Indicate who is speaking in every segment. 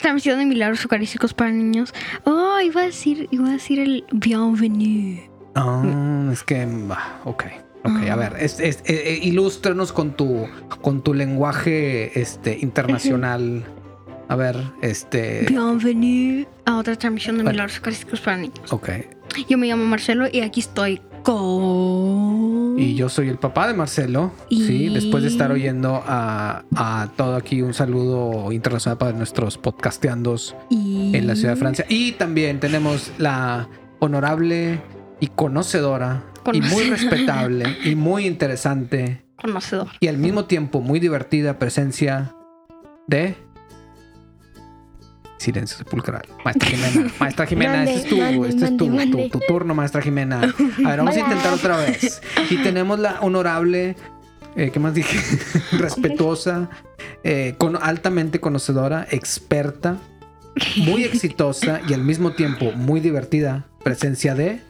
Speaker 1: transmisión de milagros eucarísticos para niños. Oh, iba a decir, iba a decir el bienvenue.
Speaker 2: Ah, es que. bah, Ok. Ok,
Speaker 1: Ah.
Speaker 2: a ver, es, es- eh, eh, ilústranos con tu, con tu lenguaje este, internacional. A ver, este.
Speaker 1: Bienvenue a otra transmisión de
Speaker 2: Vale.
Speaker 1: milagros eucarísticos para niños.
Speaker 2: Ok.
Speaker 1: Yo me llamo Marcelo y aquí estoy con.
Speaker 2: Y yo soy el papá de Marcelo. Sí,
Speaker 1: Y-
Speaker 2: después de estar oyendo a, a todo aquí un saludo internacional para nuestros podcasteandos
Speaker 1: Y-
Speaker 2: en la ciudad de Francia. Y también tenemos la honorable y conocedora y muy
Speaker 1: Conocedora.
Speaker 2: respetable y muy interesante
Speaker 1: Conocedor.
Speaker 2: y al mismo tiempo muy divertida presencia de silencio sepulcral. Maestra Jimena, maestra Jimena,
Speaker 3: Mande,
Speaker 2: este es tu,
Speaker 3: mande,
Speaker 2: este es tu,
Speaker 3: mande,
Speaker 2: tu-
Speaker 3: mande.
Speaker 2: tu turno, maestra Jimena. A ver, vamos a
Speaker 3: Hola.
Speaker 2: intentar otra vez. Y tenemos la honorable, eh, ¿qué más dije? Respetuosa, eh, con, altamente conocedora, experta, muy exitosa y al mismo tiempo muy divertida presencia de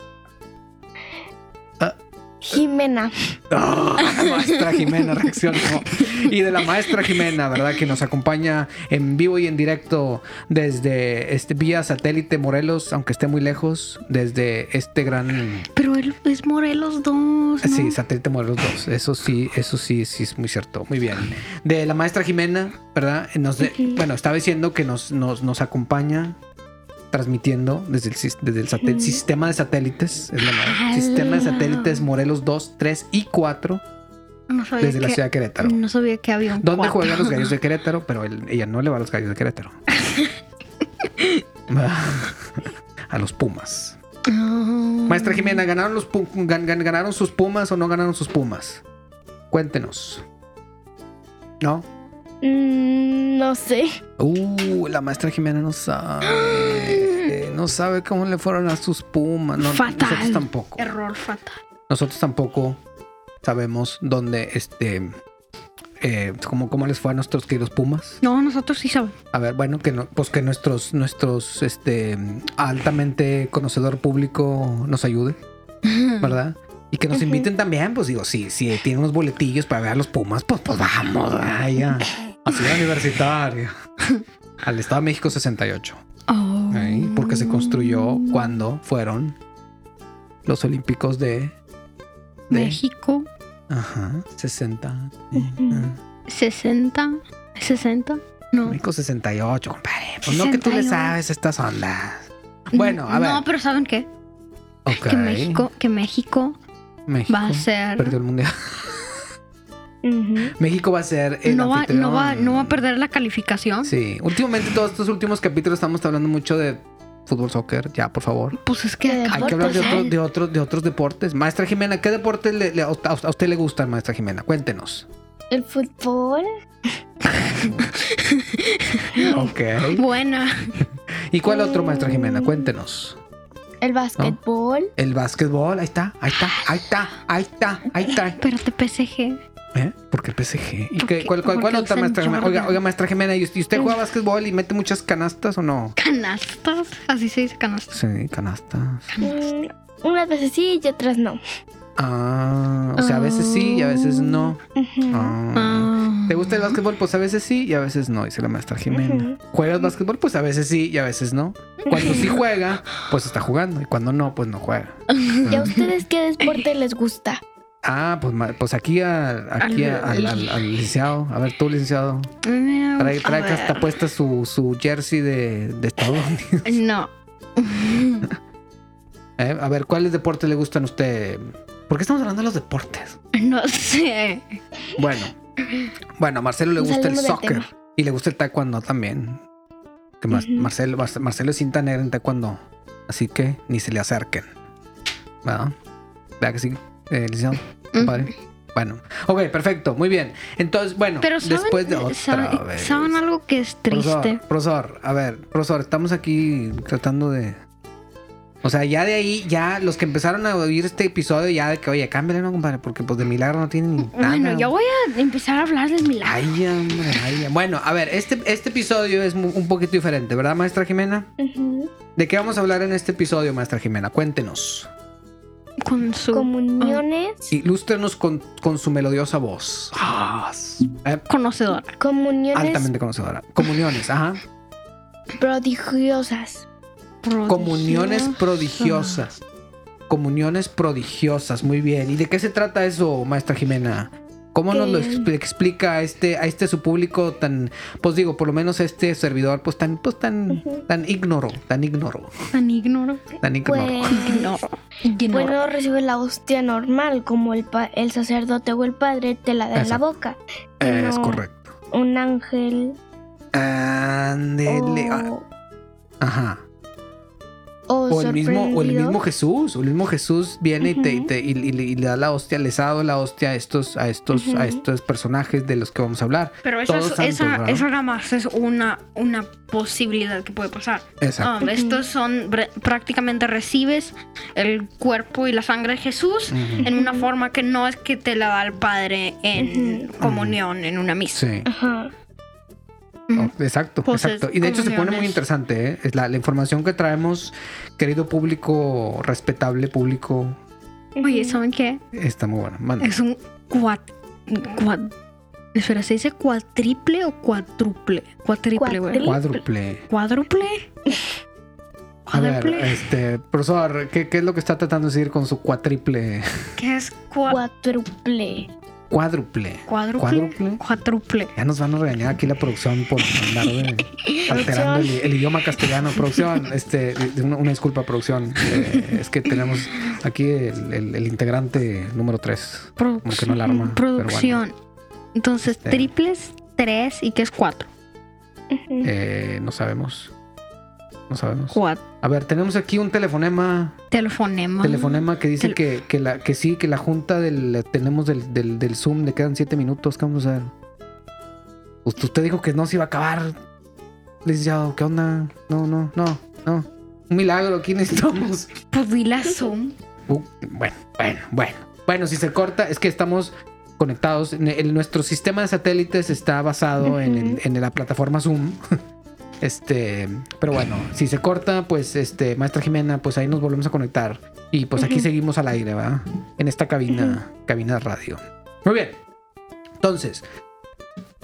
Speaker 3: Jimena.
Speaker 2: Ah, maestra Jimena reaccionó. Y de la maestra Jimena, ¿verdad? Que nos acompaña en vivo y en directo desde este vía satélite Morelos, aunque esté muy lejos, desde este gran
Speaker 1: Pero él es Morelos 2. ¿no?
Speaker 2: sí, satélite Morelos 2. Eso sí, eso sí, sí es muy cierto. Muy bien. De la maestra Jimena, ¿verdad? Nos de-
Speaker 3: Ujú.
Speaker 2: bueno, estaba diciendo que nos, nos, nos acompaña transmitiendo desde el, sis- desde el satel-
Speaker 3: Ujú.
Speaker 2: sistema de satélites. Es la madre. sistema de
Speaker 1: ¡Hala!
Speaker 2: satélites Morelos 2, 3 y 4
Speaker 1: no sabía
Speaker 2: desde la
Speaker 1: que-
Speaker 2: ciudad de Querétaro.
Speaker 1: No sabía que había un.
Speaker 2: ¿Dónde
Speaker 1: cuatro.
Speaker 2: juegan los gallos de Querétaro? Pero él- ella no le va a los gallos de Querétaro. a los Pumas.
Speaker 1: Ah.
Speaker 2: Maestra Jimena, ¿ganaron, los pu- gan- gan- ¿ganaron sus Pumas o no ganaron sus Pumas? Cuéntenos. ¿No?
Speaker 3: Mm, no sé.
Speaker 2: Uh, la maestra Jimena no sabe. Eh, No sabe cómo le fueron a sus Pumas. No,
Speaker 1: Fatal.
Speaker 2: Nosotros tampoco.
Speaker 1: Error fatal.
Speaker 2: Nosotros tampoco sabemos dónde, este, eh, cómo, cómo les fue a nuestros queridos Pumas.
Speaker 1: No, nosotros sí sabemos.
Speaker 2: A ver, bueno, que no, pues que nuestros, nuestros, este, altamente conocedor público nos ayude, ¿verdad? Y que nos
Speaker 3: Ujú.
Speaker 2: inviten también, pues digo, si, si tienen unos boletillos para ver a los Pumas, pues, pues vamos, ¿verdad? ya. A Ciudad Universitaria. Al Estado de México 68.
Speaker 1: Oh.
Speaker 2: ¿eh? Porque se construyó cuando fueron los Olímpicos de... de-
Speaker 1: México
Speaker 2: Ajá, eh, 60.
Speaker 3: Ujú.
Speaker 1: 60. 60. No.
Speaker 2: México 68, compadre. Pues no que tú le
Speaker 1: 68.
Speaker 2: sabes estas ondas. Bueno, a ver.
Speaker 1: No, pero ¿saben qué?
Speaker 2: Ok.
Speaker 1: Que México, que México
Speaker 2: México
Speaker 1: va a ser.
Speaker 2: Perdió el mundial.
Speaker 3: Ujú.
Speaker 2: México va a ser el
Speaker 1: no va,
Speaker 2: anfitrión.
Speaker 1: no, va, no va a perder la calificación.
Speaker 2: Sí. Últimamente, todos estos últimos capítulos estamos hablando mucho de fútbol, soccer. Ya, por favor.
Speaker 1: Pues es que
Speaker 3: Eh,
Speaker 1: acá-
Speaker 2: Hay que hablar de,
Speaker 3: Deportes,
Speaker 2: otro-
Speaker 3: ¿eh?
Speaker 2: de, otros de otros deportes. Maestra Jimena, ¿qué deportes le- le- a usted a usted le gustan, maestra Jimena? Cuéntenos.
Speaker 3: El fútbol.
Speaker 2: Ok.
Speaker 1: Buena.
Speaker 2: ¿Y cuál otro, maestra Jimena? Cuéntenos.
Speaker 3: El basquetbol.
Speaker 2: El básquetbol. Ahí está, ahí está, ahí está, ahí está, ahí está.
Speaker 1: Espérate, PSG.
Speaker 2: ¿Eh? Porque el PSG. ¿Y
Speaker 1: ¿Por
Speaker 2: qué,
Speaker 1: qué?
Speaker 2: cuál, cuál,
Speaker 1: Porque
Speaker 2: cuál
Speaker 1: el
Speaker 2: otra
Speaker 1: San
Speaker 2: maestra Jimena? Oiga,
Speaker 1: Jordan.
Speaker 2: oiga, maestra Jimena, ¿y usted, usted juega básquetbol y mete muchas canastas o no?
Speaker 1: Canastas. Así se dice canastas.
Speaker 2: Sí, canastas.
Speaker 3: Mm, unas veces sí y otras no.
Speaker 2: Ah, o sea, a veces sí y a veces no.
Speaker 3: Ujú.
Speaker 2: Ah.
Speaker 1: Ah.
Speaker 2: ¿Te gusta el básquetbol? Pues a veces sí y a veces no, dice la maestra Jimena. ¿Juegas básquetbol? Pues a veces sí y a veces no. Cuando sí juega, pues está jugando y cuando no, pues no juega.
Speaker 3: ¿Y a ustedes qué deporte les gusta?
Speaker 2: Ah, pues, ma- pues aquí, a- aquí a- al, al- al licenciado. A ver, tú, licenciado.
Speaker 1: Eh,
Speaker 2: Trae,
Speaker 1: a
Speaker 2: trae acá
Speaker 1: ver.
Speaker 2: hasta puesta su, su jersey de, de Estados Unidos.
Speaker 1: No.
Speaker 2: Eh, A ver, ¿cuáles deportes le gustan a usted? ¿Por qué estamos hablando de los deportes?
Speaker 1: No sé.
Speaker 2: Bueno, bueno, a Marcelo le gusta el
Speaker 3: Salimos del
Speaker 2: soccer y le gusta el taekwondo también. Que Mar-
Speaker 3: Ujú.
Speaker 2: Marcelo, Mar- Marcelo es cinta negra en taekwondo, así que ni se le acerquen. ¿Verdad? ¿Verdad que sí? Eh, licenciado, compadre? Bueno, ok, perfecto, muy bien. Entonces, bueno,
Speaker 1: Pero saben,
Speaker 2: después de otra
Speaker 1: saben-
Speaker 2: vez.
Speaker 1: saben algo que es triste.
Speaker 2: Profesor, profesor, a ver, profesor, estamos aquí tratando de. O sea, ya de ahí, ya los que empezaron a oír este episodio, ya de que, oye, cámbiale, no, compadre, porque pues de milagro Ah, no tienen ni nada.
Speaker 1: Bueno, yo voy a empezar a hablar del milagro.
Speaker 2: Ay, hombre, ay, Bueno, a ver, este, este episodio es mu- un poquito diferente, ¿verdad, maestra Jimena?
Speaker 3: Ujú.
Speaker 2: ¿De qué vamos a hablar en este episodio, maestra Jimena? Cuéntenos.
Speaker 1: Con su.
Speaker 3: Comuniones.
Speaker 2: Ilústrenos con, con su melodiosa voz. Ah, s- eh,
Speaker 1: conocedora.
Speaker 2: Ah.
Speaker 3: Comuniones
Speaker 2: altamente conocedora. Comuniones, ajá.
Speaker 3: prodigiosas.
Speaker 2: Comuniones
Speaker 1: Prodigiosa.
Speaker 2: prodigiosas. Comuniones prodigiosas, muy bien. ¿Y de qué se trata eso, maestra Jimena? ¿Cómo nos lo
Speaker 3: Eh.
Speaker 2: expl- explica a este, a este su público tan, pues digo, por lo menos a este servidor, pues tan, pues tan,
Speaker 3: Ujú.
Speaker 2: tan ignoro, tan ignoro,
Speaker 1: Tan ignoro.
Speaker 2: tan ignoro?
Speaker 3: Pues,
Speaker 1: Ignoro. Ignoro.
Speaker 3: pues no recibe la hostia normal, como el, pa- el sacerdote o el padre te la da en la
Speaker 2: Exacto.
Speaker 3: boca.
Speaker 2: Eh, es
Speaker 3: no.
Speaker 2: correcto.
Speaker 3: Un ángel
Speaker 2: Ándele.
Speaker 1: Oh.
Speaker 2: ah,
Speaker 3: o,
Speaker 2: Ajá.
Speaker 3: o
Speaker 2: O el, mismo, o el
Speaker 3: sorprendido.
Speaker 2: mismo Jesús, o el mismo Jesús viene y, te, y
Speaker 3: Ujú.
Speaker 2: te- y- y- y le da la hostia, les ha dado la hostia a estos, a estos,
Speaker 3: Ujú.
Speaker 2: a estos personajes de los que vamos a hablar.
Speaker 1: Pero esa,
Speaker 2: Todos
Speaker 1: es-
Speaker 2: santos,
Speaker 1: esa,
Speaker 2: ¿verdad?
Speaker 1: esa nada más es una, una posibilidad que puede pasar.
Speaker 2: Exacto.
Speaker 1: Um, estos son br- prácticamente recibes el cuerpo y la sangre de Jesús
Speaker 2: Ujú.
Speaker 1: en una forma que no es que te la da el Padre en comunión, en una misa.
Speaker 2: Sí.
Speaker 3: Ajá.
Speaker 1: Ujú.
Speaker 2: Oh, exacto,
Speaker 1: Pues es
Speaker 2: exacto. Y de hecho se pone muy
Speaker 1: comuniones.
Speaker 2: interesante, ¿eh? Es la, la información que traemos, querido público, respetable público,
Speaker 1: Oye,
Speaker 3: Ujú.
Speaker 1: ¿saben qué?
Speaker 2: está muy buena. Manda.
Speaker 1: Es un cuat... cuat- espera, ¿se dice cuatriple o cuatruple? Cuatriple, güey.
Speaker 3: Cuatriple.
Speaker 2: Cuádruple.
Speaker 1: ¿Cuádruple? eh,
Speaker 2: A ver,
Speaker 1: ¿Cuádruple?
Speaker 2: este, profesor, ¿qué, qué es lo que está tratando de decir con su cuatriple?
Speaker 1: ¿Qué es cua-
Speaker 3: Cuádruple.
Speaker 2: Cuádruple.
Speaker 1: cuádruple?
Speaker 2: ¿Cuádruple?
Speaker 1: Cuádruple.
Speaker 2: Ya nos van a regañar aquí la producción por andar de- alterando el, el idioma castellano. Producción, este, de- una, una disculpa, producción. Eh, es que tenemos aquí el, el- el integrante número 3.
Speaker 1: Produc-
Speaker 2: Como que no la arma,
Speaker 1: mm,
Speaker 2: pero bueno.
Speaker 1: producción. Entonces,
Speaker 2: Este.
Speaker 1: triples, tres y que es cuatro.
Speaker 3: Ujú.
Speaker 2: Eh, no sabemos. No sabemos.
Speaker 1: Cuatro.
Speaker 2: A ver, tenemos aquí un telefonema,
Speaker 1: Telefonema.
Speaker 2: telefonema que dice
Speaker 1: Tel-
Speaker 2: que, que, la, que sí, que la junta del tenemos del, del, del Zoom le quedan siete minutos. ¿Qué vamos a hacer? Usted, usted dijo que no se iba a acabar. Licenciado, ¿qué onda? No, no, no, no. Un milagro, aquí necesitamos.
Speaker 1: Pues di la Zoom.
Speaker 2: Uh, bueno, bueno, bueno. Bueno, si se corta, es que estamos conectados. En el- nuestro sistema de satélites está basado en, el- en la plataforma Zoom. Este, pero bueno, si se corta, pues este, maestra Jimena, pues ahí nos volvemos a conectar. Y pues aquí
Speaker 3: Ujú.
Speaker 2: seguimos al aire, ¿va? En esta cabina, cabina de radio. Muy bien. Entonces,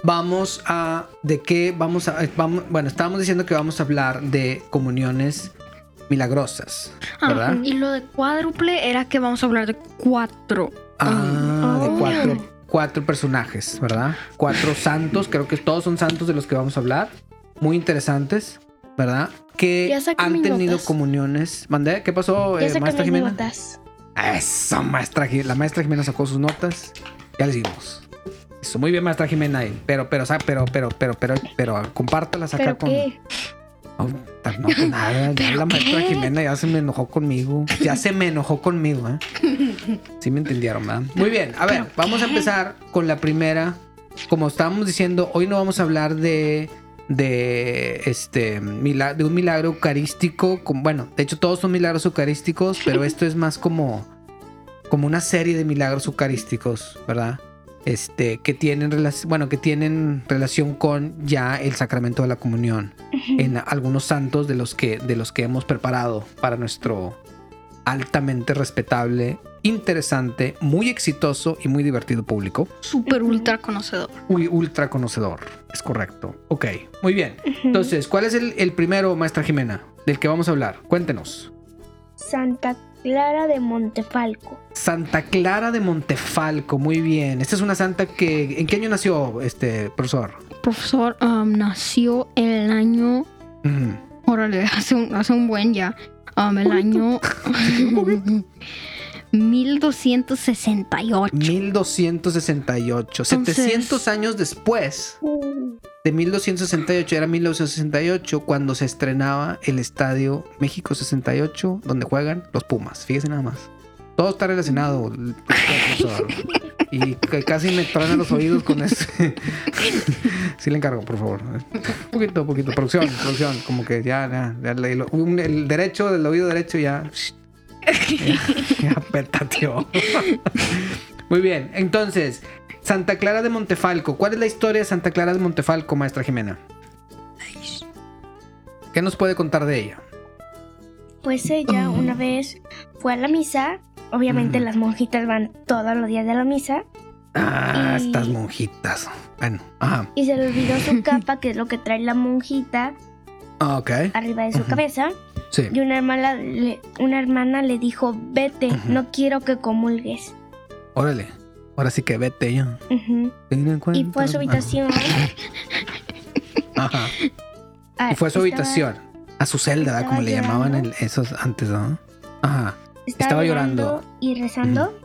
Speaker 2: vamos a. ¿De qué vamos a.? vamos- bueno, estábamos diciendo que vamos a hablar de comuniones milagrosas,
Speaker 1: Ah,
Speaker 2: ¿verdad?
Speaker 1: y lo de cuádruple era que vamos a hablar de cuatro.
Speaker 2: Ah, de
Speaker 3: Oh.
Speaker 2: cuatro, cuatro personajes, ¿verdad? Cuatro santos, creo que todos son santos de los que vamos a hablar. Muy interesantes, ¿verdad? Que
Speaker 3: Ya saqué
Speaker 2: han
Speaker 3: mis
Speaker 2: tenido
Speaker 3: notas.
Speaker 2: comuniones. ¿Mandé? ¿Qué pasó,
Speaker 3: Ya
Speaker 2: eh,
Speaker 3: saqué
Speaker 2: maestra
Speaker 3: mis
Speaker 2: Jimena?
Speaker 3: notas.
Speaker 2: Eso, maestra Jimena. La maestra Jimena sacó sus notas. Ya les dimos. Eso, muy bien, maestra Jimena. eh, Pero, pero, sa- pero, pero, pero, pero, pero, compártalas acá
Speaker 3: ¿Pero
Speaker 2: con.
Speaker 3: qué?
Speaker 2: No, no, pues nada, ya
Speaker 1: ¿Pero
Speaker 2: la maestra
Speaker 1: qué?
Speaker 2: Jimena ya se me enojó conmigo. Ya se me enojó conmigo, ¿eh? Sí me entendieron, ¿verdad? Muy bien, a ver,
Speaker 1: ¿Pero
Speaker 2: vamos a
Speaker 1: qué?
Speaker 2: empezar con la primera. Como estábamos diciendo, hoy no vamos a hablar de de este mila- de un milagro eucarístico con, bueno de hecho todos son milagros eucarísticos pero esto es más como como una serie de milagros eucarísticos verdad este que tienen relac- bueno que tienen relación con ya el sacramento de la comunión en algunos santos de los que de los que hemos preparado para nuestro altamente respetable interesante muy exitoso y muy divertido público
Speaker 1: Super ultra conocedor.
Speaker 2: uy ultra conocedor es correcto ok muy bien
Speaker 3: Ujú.
Speaker 2: entonces cuál es el, el primero maestra Jimena del que vamos a hablar cuéntenos
Speaker 3: Santa Clara de Montefalco.
Speaker 2: Santa Clara de Montefalco muy bien esta es una santa que en qué año nació este profesor
Speaker 1: Profesor um, nació el año.
Speaker 2: Ujú.
Speaker 1: Órale, hace un, hace un buen ya. Um, el año. 1268.
Speaker 2: 1268 700 años después
Speaker 3: Uh,
Speaker 2: de 1268, era 1968 cuando se estrenaba el Estadio México 68, donde juegan los Pumas. Fíjese nada más. Todo está relacionado. el- profesor. y ca- casi me traen los oídos con eso. sí le encargo, por favor. Un poquito, un poquito. Producción, producción. Como que ya, ya, ya le- lo- un- el derecho, del oído derecho ya... ya, ya petateó. Muy bien, entonces... Santa Clara de Montefalco. ¿Cuál es la historia de Santa Clara de Montefalco, maestra Jimena? ¿Qué nos puede contar de ella?
Speaker 3: Pues ella
Speaker 1: Ujú.
Speaker 3: una vez fue a la misa. Obviamente
Speaker 2: Ujú.
Speaker 3: las monjitas van todos los días de la misa.
Speaker 2: Ah,
Speaker 3: Y-
Speaker 2: estas monjitas. Bueno, ajá.
Speaker 3: Y se le olvidó su capa, que es lo que trae la monjita.
Speaker 2: Ah, ok.
Speaker 3: arriba de su
Speaker 2: Ujú.
Speaker 3: cabeza
Speaker 2: Sí.
Speaker 3: y una hermana le, una hermana le dijo, vete,
Speaker 2: Ujú.
Speaker 3: no quiero que comulgues.
Speaker 2: Órale. Ahora sí que vete ya.
Speaker 3: Ujú.
Speaker 2: Ten en
Speaker 3: Y
Speaker 2: cuenta-
Speaker 3: fue a
Speaker 2: Ah,
Speaker 3: su habitación.
Speaker 2: Ajá.
Speaker 3: ah,
Speaker 2: Y fue a su
Speaker 3: estaba-
Speaker 2: habitación. A su celda, ¿verdad? como le
Speaker 3: estaba
Speaker 2: llamaban
Speaker 3: llorando.
Speaker 2: el- esos antes, ¿no? Ajá. Estaba llorando.
Speaker 3: Y rezando.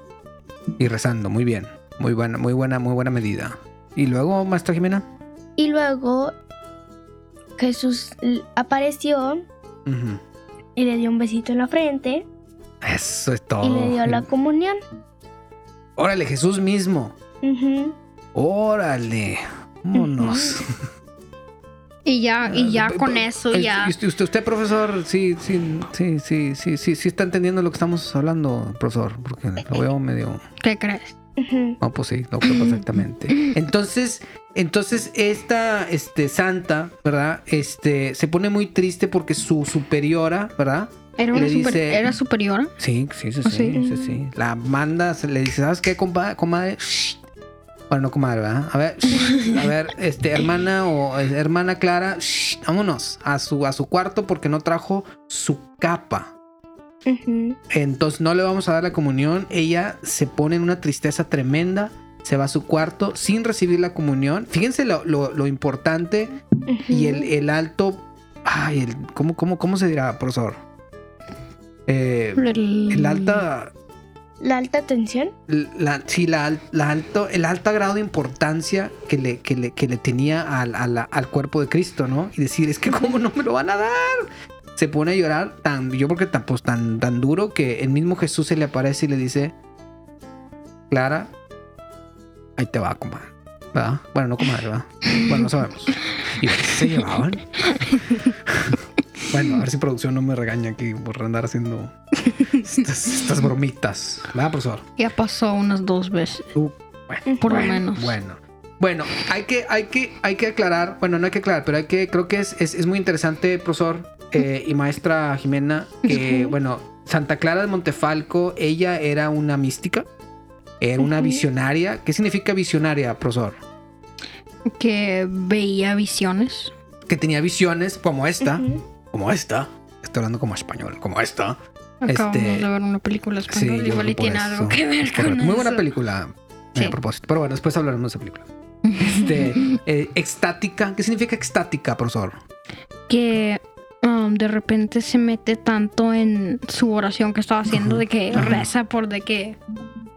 Speaker 2: Y rezando, muy bien. Muy buena, muy buena, muy buena medida. Y luego, maestra Jimena.
Speaker 3: Y luego Jesús l- apareció
Speaker 2: Ujú.
Speaker 3: y le dio un besito en la frente
Speaker 2: Eso es
Speaker 3: y
Speaker 2: todo.
Speaker 3: le dio la comunión.
Speaker 2: Órale, Jesús mismo.
Speaker 3: Ujú.
Speaker 2: Órale. Vámonos.
Speaker 1: Y ya, y ya
Speaker 2: Eh,
Speaker 1: con
Speaker 2: eh,
Speaker 1: eso
Speaker 2: el-
Speaker 1: ya.
Speaker 2: y Usted, usted, usted, profesor, sí, sí, sí, sí, sí, sí, sí está entendiendo lo que estamos hablando, profesor, porque lo veo medio.
Speaker 1: ¿Qué crees?
Speaker 3: Ujú.
Speaker 2: No, pues sí, lo creo perfectamente. Entonces, entonces esta este, santa, ¿verdad? Este, se pone muy triste porque su superiora, ¿verdad?
Speaker 1: Era una
Speaker 2: le
Speaker 1: super-
Speaker 2: dice-
Speaker 1: era superior.
Speaker 2: Sí, sí, sí,
Speaker 1: ¿Ah,
Speaker 2: sí,
Speaker 1: sí?
Speaker 2: sí, sí. La manda, se le dice, ¿sabes qué, compa- comadre? Shh. Bueno, no comadre, ¿verdad? A ver, shh. a ver, este, hermana o eh, hermana Clara, shh, vámonos a su, a su cuarto porque no trajo su capa.
Speaker 3: Ujú.
Speaker 2: Entonces no le vamos a dar la comunión. Ella se pone en una tristeza tremenda. Se va a su cuarto sin recibir la comunión. Fíjense lo, lo- lo importante
Speaker 3: Ujú.
Speaker 2: y el, el alto. Ay, el, ¿cómo, cómo, ¿cómo se dirá, profesor? Eh, el alta.
Speaker 3: La alta tensión.
Speaker 2: La, sí, la, al- la alto, el alto grado de importancia que le, que le, que le tenía al, a la- al cuerpo de Cristo, ¿no? Y decir, es que cómo no me lo van a dar. Se pone a llorar tan, yo creo que tan, pues, tan, tan duro que el mismo Jesús se le aparece y le dice, Clara, ahí te va, comadre. ¿Verdad? Bueno, no comadre, ¿verdad? Bueno, no sabemos. Y pues, se llevaban. bueno, a ver si producción no me regaña aquí por andar haciendo estas, estas bromitas. ¿Verdad, profesor?
Speaker 1: Ya pasó unas dos veces.
Speaker 2: Uh, bueno,
Speaker 1: Por lo
Speaker 2: bueno,
Speaker 1: menos.
Speaker 2: Bueno. Bueno, hay que, hay que, hay que aclarar, bueno, no hay que aclarar, pero hay que, creo que es, es, es muy interesante, profesor eh, y maestra Jimena, que,
Speaker 1: Ujú.
Speaker 2: bueno, Santa Clara de Montefalco, ella era una mística, era una
Speaker 3: Ujú.
Speaker 2: visionaria. ¿Qué significa visionaria, profesor?
Speaker 1: Que veía visiones.
Speaker 2: Que tenía visiones como esta,
Speaker 3: Ujú.
Speaker 2: como esta, estoy hablando como español, como esta.
Speaker 1: Acabamos
Speaker 2: Este,
Speaker 1: de ver una película
Speaker 2: Sí,
Speaker 1: española.
Speaker 2: yo
Speaker 1: igual
Speaker 2: creo
Speaker 1: y
Speaker 2: por
Speaker 1: tiene
Speaker 2: eso.
Speaker 1: algo que ver con
Speaker 2: Correcto. Muy buena
Speaker 1: eso.
Speaker 2: película, eh,
Speaker 1: Sí.
Speaker 2: a propósito. Pero bueno, después hablaremos de esa película. Este, eh, extática, ¿qué significa extática, profesor?
Speaker 1: que um, de repente se mete tanto en su oración que estaba haciendo
Speaker 2: Ajá,
Speaker 1: de que
Speaker 2: ajá.
Speaker 1: reza por de que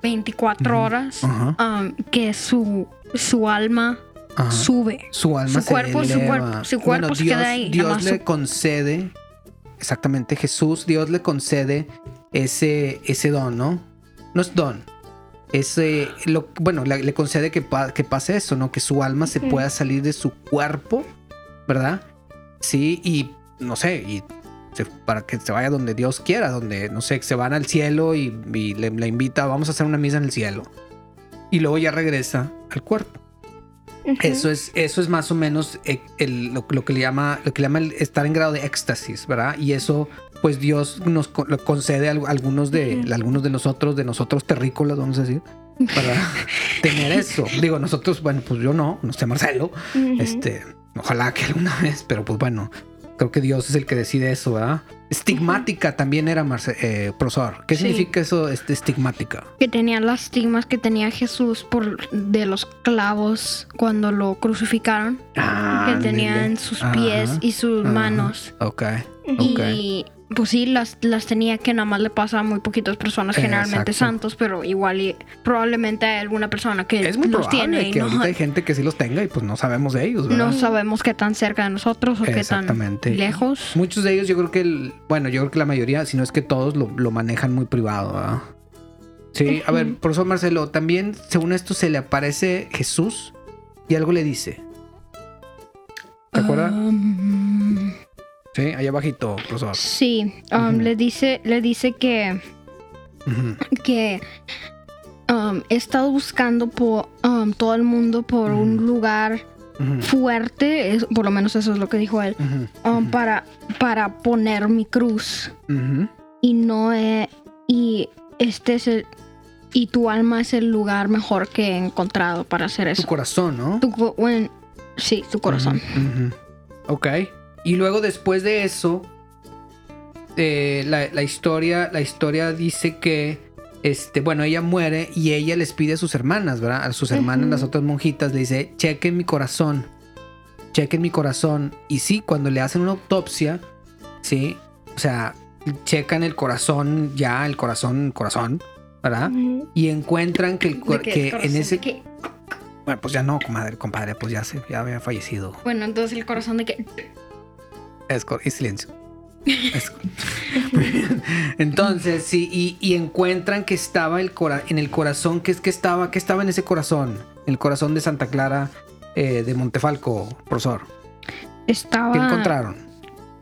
Speaker 1: 24
Speaker 2: Ujú,
Speaker 1: horas
Speaker 2: Ajá.
Speaker 1: um, que su su alma
Speaker 2: Ajá.
Speaker 1: sube
Speaker 2: Su alma
Speaker 1: su
Speaker 2: se
Speaker 1: cuerpo, su
Speaker 2: eleva.
Speaker 1: cuerpo- su cuerpo se queda ahí, nada
Speaker 2: Dios
Speaker 1: más
Speaker 2: le
Speaker 1: su-
Speaker 2: concede, exactamente Jesús, Dios le concede ese, ese don, ¿no? No es don. Ese, lo, bueno, le, le concede que, pa- que pase eso, ¿no? Que su alma se
Speaker 3: Ujú.
Speaker 2: pueda salir de su cuerpo, ¿verdad? Sí, y no sé, y se- para que se vaya donde Dios quiera, donde, no sé, que se van al cielo y, y le, le invita, vamos a hacer una misa en el cielo. Y luego ya regresa al cuerpo.
Speaker 3: Ujú.
Speaker 2: Eso es, eso es más o menos eh, el- lo, lo que le llama, lo que le llama el estar en grado de éxtasis, ¿verdad? Y eso, pues Dios nos co- lo concede a al- algunos de,
Speaker 3: Ujú.
Speaker 2: algunos de nosotros, de nosotros terrícolas, vamos a decir, para tener eso. Digo, nosotros, bueno, pues yo no, no sé, Marcelo,
Speaker 3: Ujú.
Speaker 2: este, ojalá que alguna vez, pero pues bueno, creo que Dios es el que decide eso, ¿verdad? Estigmática también era, Marce- eh, profesor. ¿Qué
Speaker 1: Sí.
Speaker 2: significa eso, este, estigmática?
Speaker 1: que tenía las timas que tenía Jesús por de los clavos cuando lo crucificaron que tenía en sus pies
Speaker 2: Ajá,
Speaker 1: y sus
Speaker 2: ajá.
Speaker 1: manos
Speaker 2: Ok.
Speaker 3: Ujú.
Speaker 2: Ok.
Speaker 1: Y pues sí, las, las tenía que nada más le pasa a muy poquitas personas,
Speaker 2: Eh,
Speaker 1: generalmente
Speaker 2: exacto.
Speaker 1: santos, pero igual y probablemente hay alguna persona que
Speaker 2: Es muy
Speaker 1: los
Speaker 2: probable
Speaker 1: tiene y
Speaker 2: que
Speaker 1: no,
Speaker 2: ahorita hay gente que sí los tenga y pues no sabemos de ellos, ¿verdad?
Speaker 1: no sabemos qué tan cerca de nosotros o qué tan
Speaker 2: Exactamente.
Speaker 1: lejos.
Speaker 2: Muchos de ellos yo creo que, el- bueno, yo creo que la mayoría, si no es que todos, lo, lo manejan muy privado, ¿verdad? Sí, a ver,
Speaker 3: Ujú.
Speaker 2: por eso Marcelo, también según esto se le aparece Jesús y algo le dice. ¿Te acuerdas?
Speaker 1: Um,
Speaker 2: Sí, allá abajito, profesor.
Speaker 1: sí, um,
Speaker 2: Ujú.
Speaker 1: le dice, le dice que,
Speaker 2: Ujú.
Speaker 1: que um, he estado buscando por um, todo el mundo por un
Speaker 2: Ujú.
Speaker 1: lugar
Speaker 2: Ujú.
Speaker 1: fuerte, es- por lo menos eso es lo que dijo él,
Speaker 2: Ujú.
Speaker 1: um,
Speaker 2: Ujú.
Speaker 1: para, para poner mi cruz.
Speaker 2: Ujú.
Speaker 1: y no he- y este es el y tu alma es el lugar mejor que he encontrado para hacer
Speaker 2: Tu Mm.
Speaker 1: eso.
Speaker 2: corazón, ¿no?
Speaker 1: Tu, co- buen- sí, tu corazón.
Speaker 2: Ujú, ujú. Ok. Y luego después de eso, eh, la, la historia, la historia dice que, este, bueno, ella muere y ella les pide a sus hermanas, ¿verdad? A sus hermanas,
Speaker 3: Ujú.
Speaker 2: las otras monjitas, le dice, chequen mi corazón, chequen mi corazón. Y sí, cuando le hacen una autopsia, sí, o sea, checan el corazón, ya, el corazón, corazón, ¿verdad?
Speaker 3: Ujú.
Speaker 2: Y encuentran que, el cor-
Speaker 1: De que
Speaker 2: que
Speaker 1: corazón
Speaker 2: en
Speaker 1: de
Speaker 2: ese...
Speaker 1: que-
Speaker 2: Bueno, pues ya no, comadre, compadre, pues ya, se, ya había fallecido.
Speaker 1: bueno, entonces el corazón de que.
Speaker 2: Es cor- y silencio. Es cor- Muy bien. Entonces, sí, y, y encuentran que estaba el cora- en el corazón, que es que estaba, que estaba en ese corazón, el corazón de Santa Clara eh, de Montefalco, profesor.
Speaker 1: Estaba.
Speaker 2: ¿Qué
Speaker 1: Ah.
Speaker 2: encontraron?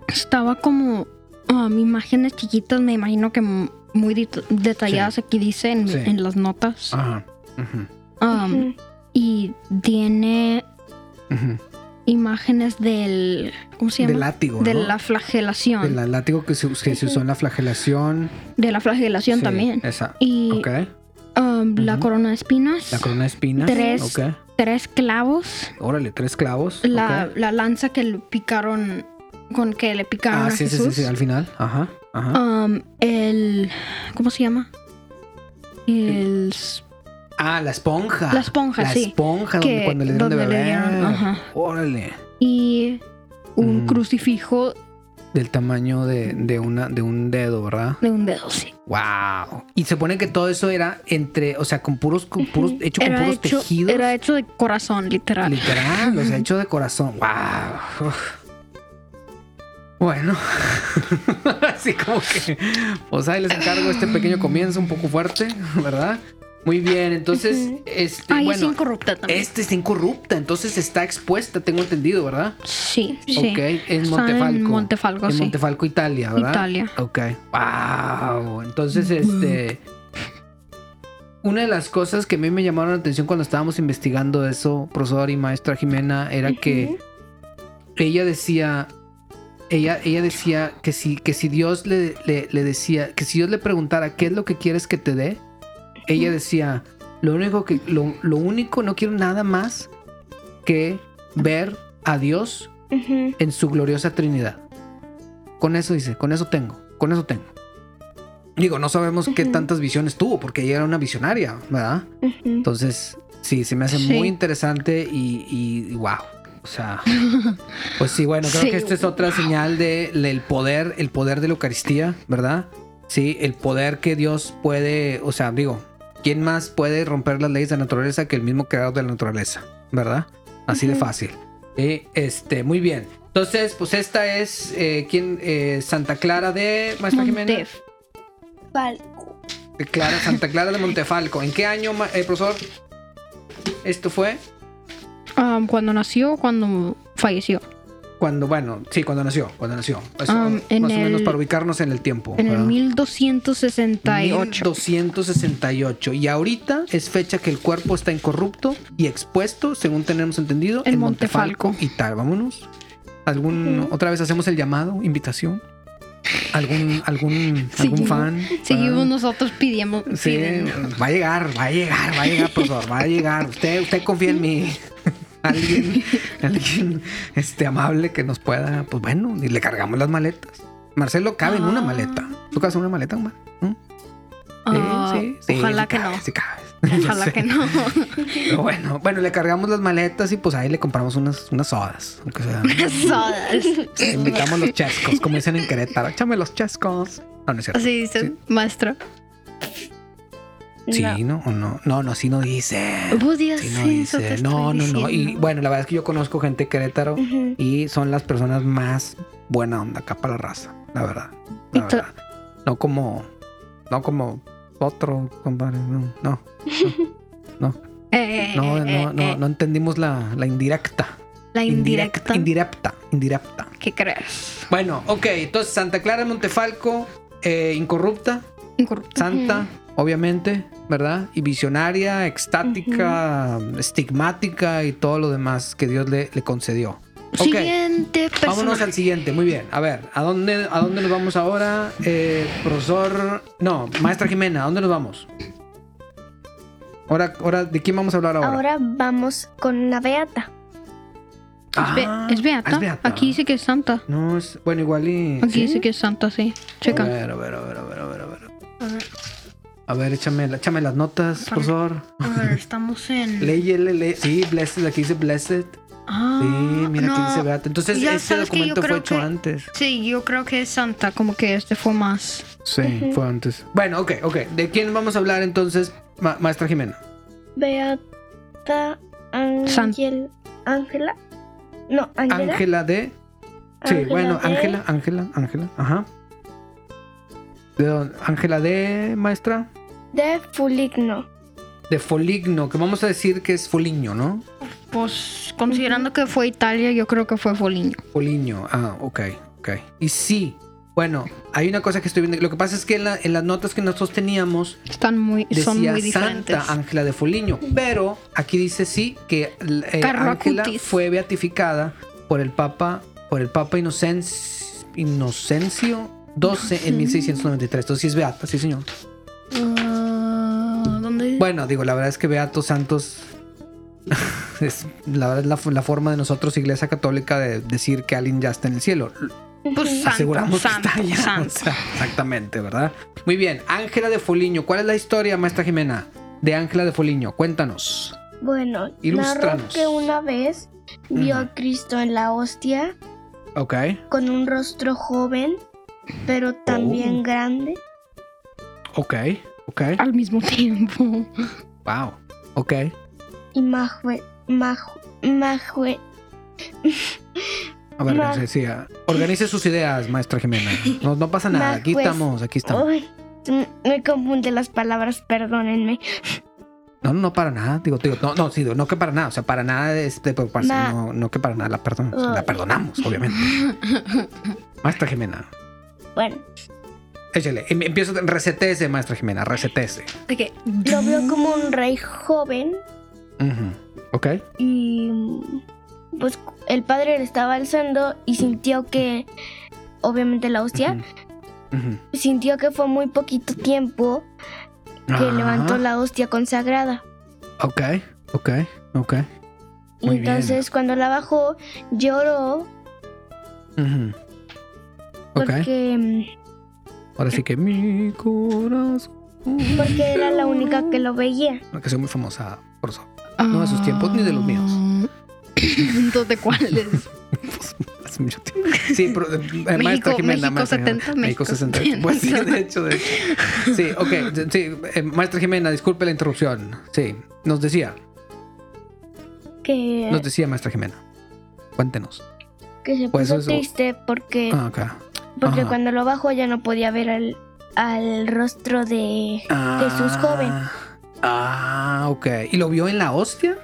Speaker 1: Estaba como um, imágenes chiquitas, me imagino que m- muy det- detalladas aquí dice en,
Speaker 2: Sí. Ah.
Speaker 1: en las notas.
Speaker 2: Ajá. Ujú,
Speaker 1: Um,
Speaker 3: Ujú.
Speaker 1: Y tiene
Speaker 2: ujú.
Speaker 1: imágenes del... ¿Cómo se
Speaker 2: Del
Speaker 1: llama?
Speaker 2: látigo.
Speaker 1: de
Speaker 2: ¿no?
Speaker 1: la flagelación.
Speaker 2: Del látigo que se, que se usó en la flagelación.
Speaker 1: de la flagelación
Speaker 2: Sí,
Speaker 1: también.
Speaker 2: Esa.
Speaker 1: Y
Speaker 2: Ok.
Speaker 1: um, la
Speaker 2: Ujú.
Speaker 1: corona de espinas,
Speaker 2: La corona de espinas.
Speaker 1: Tres.
Speaker 2: Ok.
Speaker 1: tres clavos,
Speaker 2: Órale, tres clavos.
Speaker 1: la,
Speaker 2: Ok.
Speaker 1: la lanza que le picaron, con que le picaron
Speaker 2: Ah,
Speaker 1: a
Speaker 2: sí, sí,
Speaker 1: Jesús.
Speaker 2: sí, sí, al final. Ajá. Ajá.
Speaker 1: Um, el... ¿Cómo se llama? El... s-
Speaker 2: Ah, la esponja.
Speaker 1: La esponja,
Speaker 2: La
Speaker 1: sí.
Speaker 2: esponja,
Speaker 1: que-
Speaker 2: donde, cuando le dieron
Speaker 1: donde
Speaker 2: de
Speaker 1: le
Speaker 2: beber.
Speaker 1: dieron, ajá.
Speaker 2: Órale.
Speaker 1: Y un
Speaker 2: Mm.
Speaker 1: crucifijo
Speaker 2: Del tamaño de, de una, de un dedo, ¿verdad?
Speaker 1: de un dedo, sí.
Speaker 2: Wow. Y se pone que todo eso era entre, o sea, con puros, con puros,
Speaker 3: Ujú.
Speaker 2: hecho con puros tejidos.
Speaker 1: era hecho Ah. de corazón, literal.
Speaker 2: Literal, o sea, hecho de corazón. Wow. Bueno, así como que, pues ahí les encargo este pequeño comienzo un poco fuerte, ¿verdad? Muy bien, entonces,
Speaker 3: Ujú.
Speaker 2: este,
Speaker 1: Ahí es
Speaker 2: bueno,
Speaker 1: incorrupta también.
Speaker 2: Este está incorrupta, entonces está expuesta, tengo entendido, ¿verdad?
Speaker 1: Sí, sí.
Speaker 2: Ok, en
Speaker 1: Está
Speaker 2: Montefalco.
Speaker 1: En Montefalco,
Speaker 2: En
Speaker 1: sí.
Speaker 2: Montefalco, Italia, ¿verdad?
Speaker 1: Italia. Mm.
Speaker 2: Ok. Wow. Entonces, este. Una de las cosas que a mí me llamaron la atención cuando estábamos investigando eso, profesor y maestra Jimena, era que ella decía. Ella, ella decía que si, que si Dios le, le- le decía, que si Dios le preguntara qué es lo que quieres que te dé, ella decía, lo único que, lo, lo único, no quiero nada más que ver a Dios
Speaker 3: Ujú.
Speaker 2: en su gloriosa Trinidad. Con eso dice, con eso tengo, con eso tengo. Digo, no sabemos qué
Speaker 3: Ujú.
Speaker 2: tantas visiones tuvo, porque ella era una visionaria, ¿verdad?
Speaker 3: Ujú.
Speaker 2: Entonces, sí, se me hace
Speaker 1: Sí.
Speaker 2: muy interesante y, y wow. O sea, pues sí, bueno, creo
Speaker 1: Sí,
Speaker 2: que esta es otra señal de- del poder, el poder de la Eucaristía, ¿verdad? Sí, el poder que Dios puede, o sea, digo, ¿quién más puede romper las leyes de la naturaleza que el mismo creador de la naturaleza, ¿verdad? Así de
Speaker 3: Ujú.
Speaker 2: fácil. Sí, este, muy bien. Entonces, pues esta es eh, ¿quién? Eh, Santa Clara de
Speaker 1: Mm,
Speaker 2: Maestra Jimena.
Speaker 1: Montef.
Speaker 3: Falco.
Speaker 2: De Clara, Santa Clara de Montefalco. ¿En qué año, ma- eh, profesor? Esto fue
Speaker 1: Um, cuando nació, cuando falleció.
Speaker 2: cuando, bueno, sí, cuando nació, cuando nació. Más,
Speaker 1: Um, en
Speaker 2: más o menos
Speaker 1: el-
Speaker 2: para ubicarnos en el tiempo.
Speaker 1: En el
Speaker 2: ¿verdad?
Speaker 1: 1268.
Speaker 2: 1268. Y ahorita es fecha que el cuerpo está incorrupto y expuesto, según tenemos entendido,
Speaker 1: En Montefalco.
Speaker 2: Y tal, vámonos. ¿Algún,
Speaker 3: Ujú.
Speaker 2: Otra vez hacemos el llamado, invitación. ¿Algún, algún, algún
Speaker 1: Seguimos-
Speaker 2: fan?
Speaker 1: Seguimos
Speaker 2: ¿verdad?
Speaker 1: nosotros pidiendo.
Speaker 2: Ah. Sí,
Speaker 1: piden-
Speaker 2: va a llegar, va a llegar, va a llegar, por favor, va a llegar. Usted, usted confía en mí. Alguien, alguien este, amable que nos pueda, pues bueno, y le cargamos las maletas. Marcelo cabe en una
Speaker 1: Ah.
Speaker 2: maleta. ¿Tú cabes en una maleta, Omar? ¿Mm?
Speaker 1: Ah, ojalá
Speaker 2: sí
Speaker 1: que no.
Speaker 2: cabes, Sí cabes.
Speaker 1: Ojalá que no.
Speaker 2: Pero bueno, bueno, le cargamos las maletas y pues ahí le compramos unas, unas sodas. aunque sea.
Speaker 1: Sodas.
Speaker 2: Le invitamos los chascos, como dicen en Querétaro. Échame los chascos. No, no es cierto.
Speaker 1: Así dice,
Speaker 2: Sí.
Speaker 1: maestro.
Speaker 2: Sí,
Speaker 3: No.
Speaker 2: ¿no? ¿O no? No, no, sí no dice.
Speaker 1: Vos digas
Speaker 2: Sí, no,
Speaker 1: eso,
Speaker 2: dice.
Speaker 1: te
Speaker 2: no, no,
Speaker 1: estoy
Speaker 2: no. Y
Speaker 1: diciendo.
Speaker 2: bueno, la verdad es que yo conozco gente de Querétaro
Speaker 3: Ujú.
Speaker 2: y son las personas más buena onda acá para la raza, la verdad. la
Speaker 1: Y to-
Speaker 2: verdad. No como, no como otro, compadre. No, no,
Speaker 1: Eh,
Speaker 2: no,
Speaker 1: eh, eh,
Speaker 2: no, no,
Speaker 1: eh,
Speaker 2: no entendimos la, la indirecta.
Speaker 1: La indirecta.
Speaker 2: Indirecta, indirecta.
Speaker 1: ¿Qué crees?
Speaker 2: Bueno, ok, entonces Santa Clara de Montefalco, eh, incorrupta,
Speaker 1: Incorrupta.
Speaker 2: santa, obviamente, ¿verdad? Y visionaria, extática, estigmática y todo lo demás que Dios le, le concedió. Ok.
Speaker 1: Siguiente
Speaker 2: Vámonos
Speaker 1: persona.
Speaker 2: al siguiente, muy bien. A ver, ¿a dónde, a dónde nos vamos ahora? Eh, profesor. No, maestra Jimena, ¿a dónde nos vamos? Ahora, ahora, ¿de quién vamos a hablar ahora?
Speaker 3: Ahora vamos con una beata.
Speaker 1: Es, be-
Speaker 2: Ah,
Speaker 1: es beata.
Speaker 2: es beata.
Speaker 1: Aquí dice que es santa.
Speaker 2: No, es. Bueno, igual y.
Speaker 1: Aquí
Speaker 2: ¿sí?
Speaker 1: dice que es santa, sí.
Speaker 2: A
Speaker 1: Checa.
Speaker 2: ver, a ver, a ver, a ver, a ver, a ver.
Speaker 1: A ver,
Speaker 2: A ver, échame, la- échame las notas,
Speaker 1: Para-
Speaker 2: por favor.
Speaker 1: a ver, estamos en.
Speaker 2: Leyele, le. Sí, blessed, aquí dice blessed.
Speaker 1: Ah,
Speaker 2: Sí, mira, aquí
Speaker 1: no.
Speaker 2: dice beata. Entonces,
Speaker 1: Ya
Speaker 2: ese
Speaker 1: sabes que yo
Speaker 2: documento fue
Speaker 1: creo
Speaker 2: hecho
Speaker 1: que-
Speaker 2: antes.
Speaker 1: Sí, yo creo que es santa, como que este fue más.
Speaker 2: Sí, fue antes. Bueno, ok, ok. ¿De quién vamos a hablar entonces, ma- maestra Jimena?
Speaker 3: Beata
Speaker 1: San-
Speaker 3: Ángel. Ángela. No, Ángela.
Speaker 2: Ángela de. Sí,
Speaker 3: Ángela
Speaker 2: bueno,
Speaker 3: de-
Speaker 2: Ángela, Ángela, Ángela, ajá. ¿De dónde? Ángela de, maestra.
Speaker 3: De Fuligno.
Speaker 2: De Foligno, que vamos a decir que es Foligno, ¿no?
Speaker 1: Pues considerando que fue Italia, yo creo que fue Foligno.
Speaker 2: Foligno, ah, ok, ok. Y sí, bueno, hay una cosa que estoy viendo. Lo que pasa es que en, la- en las notas que nosotros teníamos
Speaker 1: Están muy, son
Speaker 2: decía
Speaker 1: muy diferentes.
Speaker 2: Santa Ángela de Foligno, pero aquí dice sí que eh,
Speaker 1: Carlo
Speaker 2: Ángela
Speaker 1: Acutis.
Speaker 2: fue beatificada por el Papa, por el Papa Inocencio, Inocencio XII en 1693. Entonces sí es beata, sí señor.
Speaker 1: Ah, ¿Dónde?
Speaker 2: Bueno, digo, la verdad es que Beatos Santos es la, verdad es la, f- la forma de nosotros, Iglesia Católica, de decir que alguien ya está en el cielo.
Speaker 1: pues santo,
Speaker 2: Aseguramos
Speaker 1: santo,
Speaker 2: que está allá.
Speaker 1: santo.
Speaker 2: o sea, exactamente, ¿verdad? Muy bien, Ángela de Foligno. ¿Cuál es la historia, maestra Jimena, de Ángela de Foligno? Cuéntanos.
Speaker 3: Bueno, narró
Speaker 2: Ilústranos.
Speaker 3: que una vez vio
Speaker 2: Ujú.
Speaker 3: a Cristo en la hostia
Speaker 2: Ok.
Speaker 3: con un rostro joven, pero también
Speaker 2: Oh.
Speaker 3: grande.
Speaker 2: Ok. Ok.
Speaker 3: Ah.
Speaker 1: Al mismo tiempo.
Speaker 2: Wow. Ok.
Speaker 3: Y majue, majue, majue,
Speaker 2: A ver,
Speaker 3: Ma-
Speaker 2: sí, sí, ah, organice sus ideas, maestra Jimena. No, no pasa nada.
Speaker 3: Ma-
Speaker 2: Aquí
Speaker 3: pues-
Speaker 2: estamos, aquí estamos.
Speaker 3: Uy, m- me confunde las palabras, perdónenme.
Speaker 2: No, no, no, para nada. Digo, digo, no, no, sí, digo, no que para nada. O sea, para nada es de preocuparse.
Speaker 3: Ma-
Speaker 2: No, no que para nada la perdonamos.
Speaker 3: Ay.
Speaker 2: La perdonamos, obviamente. Maestra Jimena,
Speaker 3: Bueno,
Speaker 2: échale. Em- Empiezo, resetese, maestra Jimena, resetese.
Speaker 1: Ok.
Speaker 3: lo vio como un rey joven
Speaker 2: Ujú. Ok.
Speaker 3: y mm, pues el padre le estaba alzando y sintió que, obviamente la hostia,
Speaker 2: Ujú. Ujú.
Speaker 3: sintió que fue muy poquito tiempo que
Speaker 2: Ajá.
Speaker 3: levantó la hostia consagrada.
Speaker 2: Ah, Ok, ok, ok.
Speaker 3: Y
Speaker 2: Muy bien.
Speaker 3: entonces cuando la bajó lloró
Speaker 2: Ujú. Ok.
Speaker 3: porque, mm,
Speaker 2: Ahora sí que mi corazón.
Speaker 3: porque era la única que lo veía.
Speaker 2: No, Que soy muy famosa por eso. No de sus tiempos ni de los míos.
Speaker 1: Entonces, Ah. ¿de cuáles?
Speaker 2: Hace mucho tiempo. Sí, pero, eh, maestra
Speaker 1: México-
Speaker 2: Jimena,
Speaker 1: México
Speaker 2: maestra Jimena.
Speaker 1: 70,
Speaker 2: México
Speaker 1: México
Speaker 2: 68. Pues sí,
Speaker 1: 70.
Speaker 2: de hecho, de hecho. Sí, ok. Sí, eh, maestra Jimena, disculpe la interrupción. Sí, nos decía,
Speaker 3: Que,
Speaker 1: Eh.
Speaker 2: nos decía maestra Jimena. Cuéntenos.
Speaker 3: que se
Speaker 2: pues
Speaker 3: puso
Speaker 2: eso-
Speaker 3: triste
Speaker 1: Eh.
Speaker 3: porque,
Speaker 2: Ah, ok.
Speaker 3: porque
Speaker 2: ajá.
Speaker 3: cuando lo bajó ya no podía ver al, al rostro de... Jesús joven.
Speaker 2: Ah, ok. ¿Y lo vio en la hostia?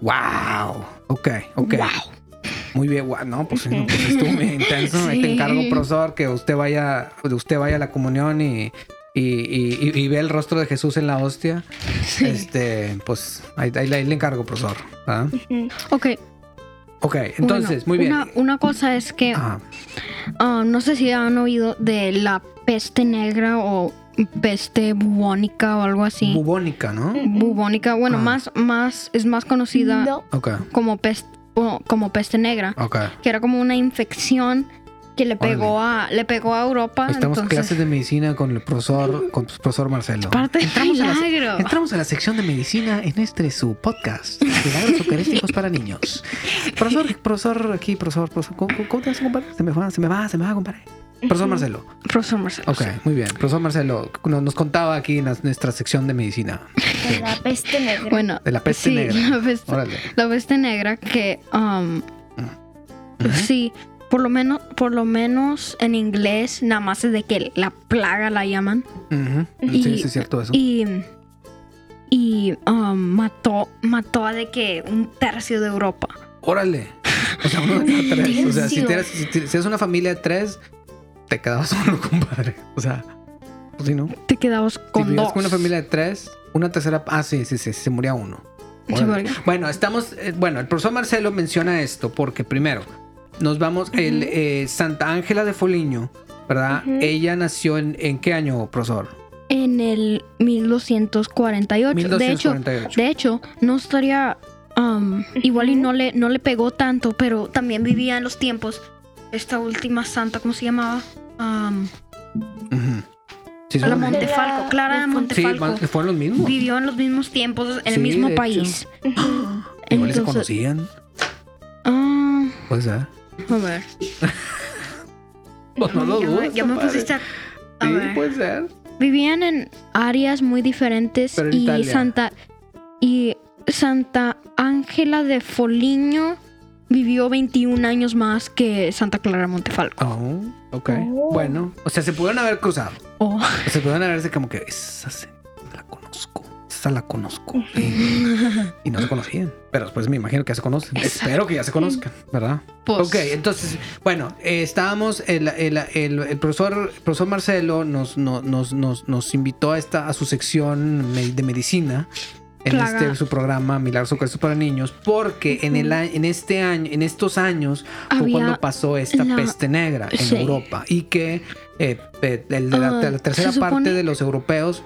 Speaker 2: Wow. Ok, ok.
Speaker 1: Wow.
Speaker 2: Muy bien, guau. No, pues, no, pues, estuvo muy intenso. Ahí te
Speaker 1: Sí.
Speaker 2: encargo, profesor, que usted vaya, usted vaya a la comunión y, y, y- y- y ve el rostro de Jesús en la hostia.
Speaker 1: Sí.
Speaker 2: Este, pues ahí, ahí- ahí le encargo, profesor. ¿Ah?
Speaker 3: Ujú.
Speaker 1: Ok.
Speaker 2: Ok,
Speaker 1: bueno,
Speaker 2: entonces, muy bien. Ah,
Speaker 1: Una, eh, una cosa es que
Speaker 2: Ajá.
Speaker 1: ah, no sé si han oído de la peste negra o peste bubónica o algo así.
Speaker 2: Bubónica, ¿no?
Speaker 1: bubónica, bueno,
Speaker 2: Ah.
Speaker 1: más, más, es más conocida
Speaker 3: No,
Speaker 2: Ok,
Speaker 1: como peste, como peste negra,
Speaker 2: ok.
Speaker 1: que era como una infección que le pegó a, le pegó a Europa.
Speaker 2: Estamos en
Speaker 1: Ah, entonces,
Speaker 2: clases de medicina con el profesor, con el profesor Marcelo.
Speaker 1: parte del
Speaker 2: Entramos a la-
Speaker 1: milagro.
Speaker 2: Entramos a la sección de medicina en este su podcast, Milagros Eucarísticos para Niños. Profesor, profesor, aquí, profesor, profesor, ¿cómo, cómo te vas a Se me va, se me va, se me va, compadre. Profesor Marcelo.
Speaker 1: Profesor Marcelo.
Speaker 2: Ok, muy bien. Profesor Marcelo, nos, nos contaba aquí en la- nuestra sección de medicina,
Speaker 3: de la peste negra.
Speaker 1: Bueno,
Speaker 2: de la peste
Speaker 1: sí,
Speaker 2: negra.
Speaker 1: La peste,
Speaker 2: Órale.
Speaker 1: la peste negra que um,
Speaker 2: Ujú.
Speaker 1: sí, por lo menos, por lo menos en inglés nada más es de que la plaga la llaman
Speaker 2: Ujú.
Speaker 1: Y-
Speaker 2: Sí, sí, es cierto eso.
Speaker 1: y y um, mató mató a de que un tercio de Europa.
Speaker 2: Órale. O sea, uno de cada tres. O sea, si,
Speaker 3: Tercio.
Speaker 2: te eras- si, te- si eres una familia de tres, te quedabas solo, compadre. O sea, pues sí, ¿no?
Speaker 1: Te quedabas
Speaker 2: Si
Speaker 1: con
Speaker 2: vivías
Speaker 1: dos.
Speaker 2: con una familia de tres, una tercera. Ah, sí, sí, sí, se moría uno.
Speaker 1: Sí,
Speaker 2: Órale.
Speaker 1: porque-
Speaker 2: Bueno, estamos. eh, bueno, el profesor Marcelo menciona esto porque primero nos vamos. el, eh, Santa Ángela de Foligno, ¿verdad?
Speaker 3: Ujú.
Speaker 2: Ella nació en, en qué año, profesor?
Speaker 1: en el 1248. De hecho,
Speaker 2: 1248.
Speaker 1: de hecho, no estaría ah, um, igual y no le, no le pegó tanto, pero también vivía en los tiempos. Esta última santa, ¿cómo se llamaba? Um,
Speaker 2: Ujú. Sí,
Speaker 1: la
Speaker 2: son-
Speaker 3: Monte-
Speaker 1: Montefalco, Clara de
Speaker 2: sí,
Speaker 1: Montefalco.
Speaker 2: man- fueron los mismos.
Speaker 1: Vivió en los mismos tiempos, en el
Speaker 2: Sí,
Speaker 1: mismo
Speaker 2: de hecho.
Speaker 1: país.
Speaker 2: Igual y se
Speaker 1: Entonces-
Speaker 2: conocían.
Speaker 1: Ah,
Speaker 2: Pues, ah,
Speaker 1: a ver.
Speaker 2: pues no lo
Speaker 1: ya, me-
Speaker 2: dudes.
Speaker 1: ya me
Speaker 2: compadre.
Speaker 1: pusiste a- a
Speaker 2: Sí, pues.
Speaker 1: ver.
Speaker 2: puede ser.
Speaker 1: Vivían en áreas muy diferentes
Speaker 2: Pero en
Speaker 1: y
Speaker 2: Italia.
Speaker 1: Santa y Santa Ángela de Foligno vivió 21 años más que Santa Clara Montefalco.
Speaker 2: Oh, ok.
Speaker 3: Oh.
Speaker 2: Bueno, o sea, se pudieron haber cruzado.
Speaker 1: Oh.
Speaker 2: O sea, se pudieron haberse como que esa se- la conozco. Esa la conozco. Y, y no se conocían. Pero después me imagino que ya se conocen.
Speaker 1: Exacto.
Speaker 2: Espero que ya se conozcan, ¿verdad?
Speaker 1: Pues,
Speaker 2: Ok, entonces, bueno, eh, estábamos, el, el- el- el profesor, el profesor Marcelo nos, no- nos, nos- nos invitó a, esta, a su sección me- de medicina en
Speaker 1: Plaga.
Speaker 2: este, su programa Milagros Ocultos para Niños, porque en, el, a- en este año, en estos años fue
Speaker 1: Había
Speaker 2: cuando pasó esta
Speaker 1: la-
Speaker 2: peste negra en
Speaker 1: Sí.
Speaker 2: Europa y que eh, eh, el de la,
Speaker 1: Ah,
Speaker 2: de la tercera
Speaker 1: se supone-
Speaker 2: parte de los europeos...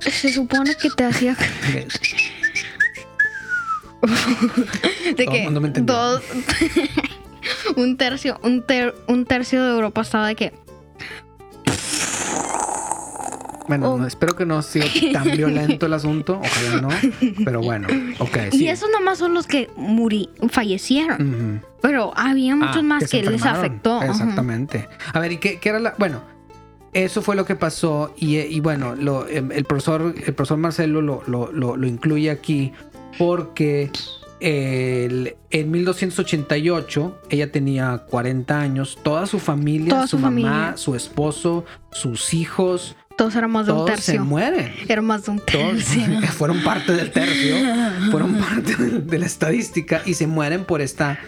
Speaker 1: se supone que te hacía
Speaker 2: eh,
Speaker 1: de
Speaker 2: No,
Speaker 1: que
Speaker 2: no me entendió.
Speaker 1: dos- un tercio un, ter- un tercio de Europa estaba de que
Speaker 2: Bueno,
Speaker 3: Oh.
Speaker 2: no, espero que no sea tan violento el asunto, ojalá no, pero bueno, ok. sí.
Speaker 1: y esos nomás son los que muri fallecieron
Speaker 2: Ujú.
Speaker 1: pero había muchos
Speaker 2: Mm. Ah,
Speaker 1: más
Speaker 2: se
Speaker 1: que, les
Speaker 2: enfermaron.
Speaker 1: afectó ajá.
Speaker 2: Exactamente. A ver, ¿y qué, qué era la.? Bueno, eso fue lo que pasó. Y, eh, y bueno, lo, em, el, profesor, el profesor Marcelo lo, lo, lo- lo incluye aquí porque el- en 1288 ella tenía 40 años. Toda su familia,
Speaker 1: Toda su
Speaker 2: su, mamá,
Speaker 1: familia.
Speaker 2: su esposo, sus hijos,
Speaker 1: todos eran más de un
Speaker 2: todos se
Speaker 1: tercio
Speaker 2: mueren.
Speaker 1: era más de un
Speaker 2: Todos
Speaker 1: tercio
Speaker 2: fueron parte del tercio, fueron parte del- de la estadística y se mueren por esta,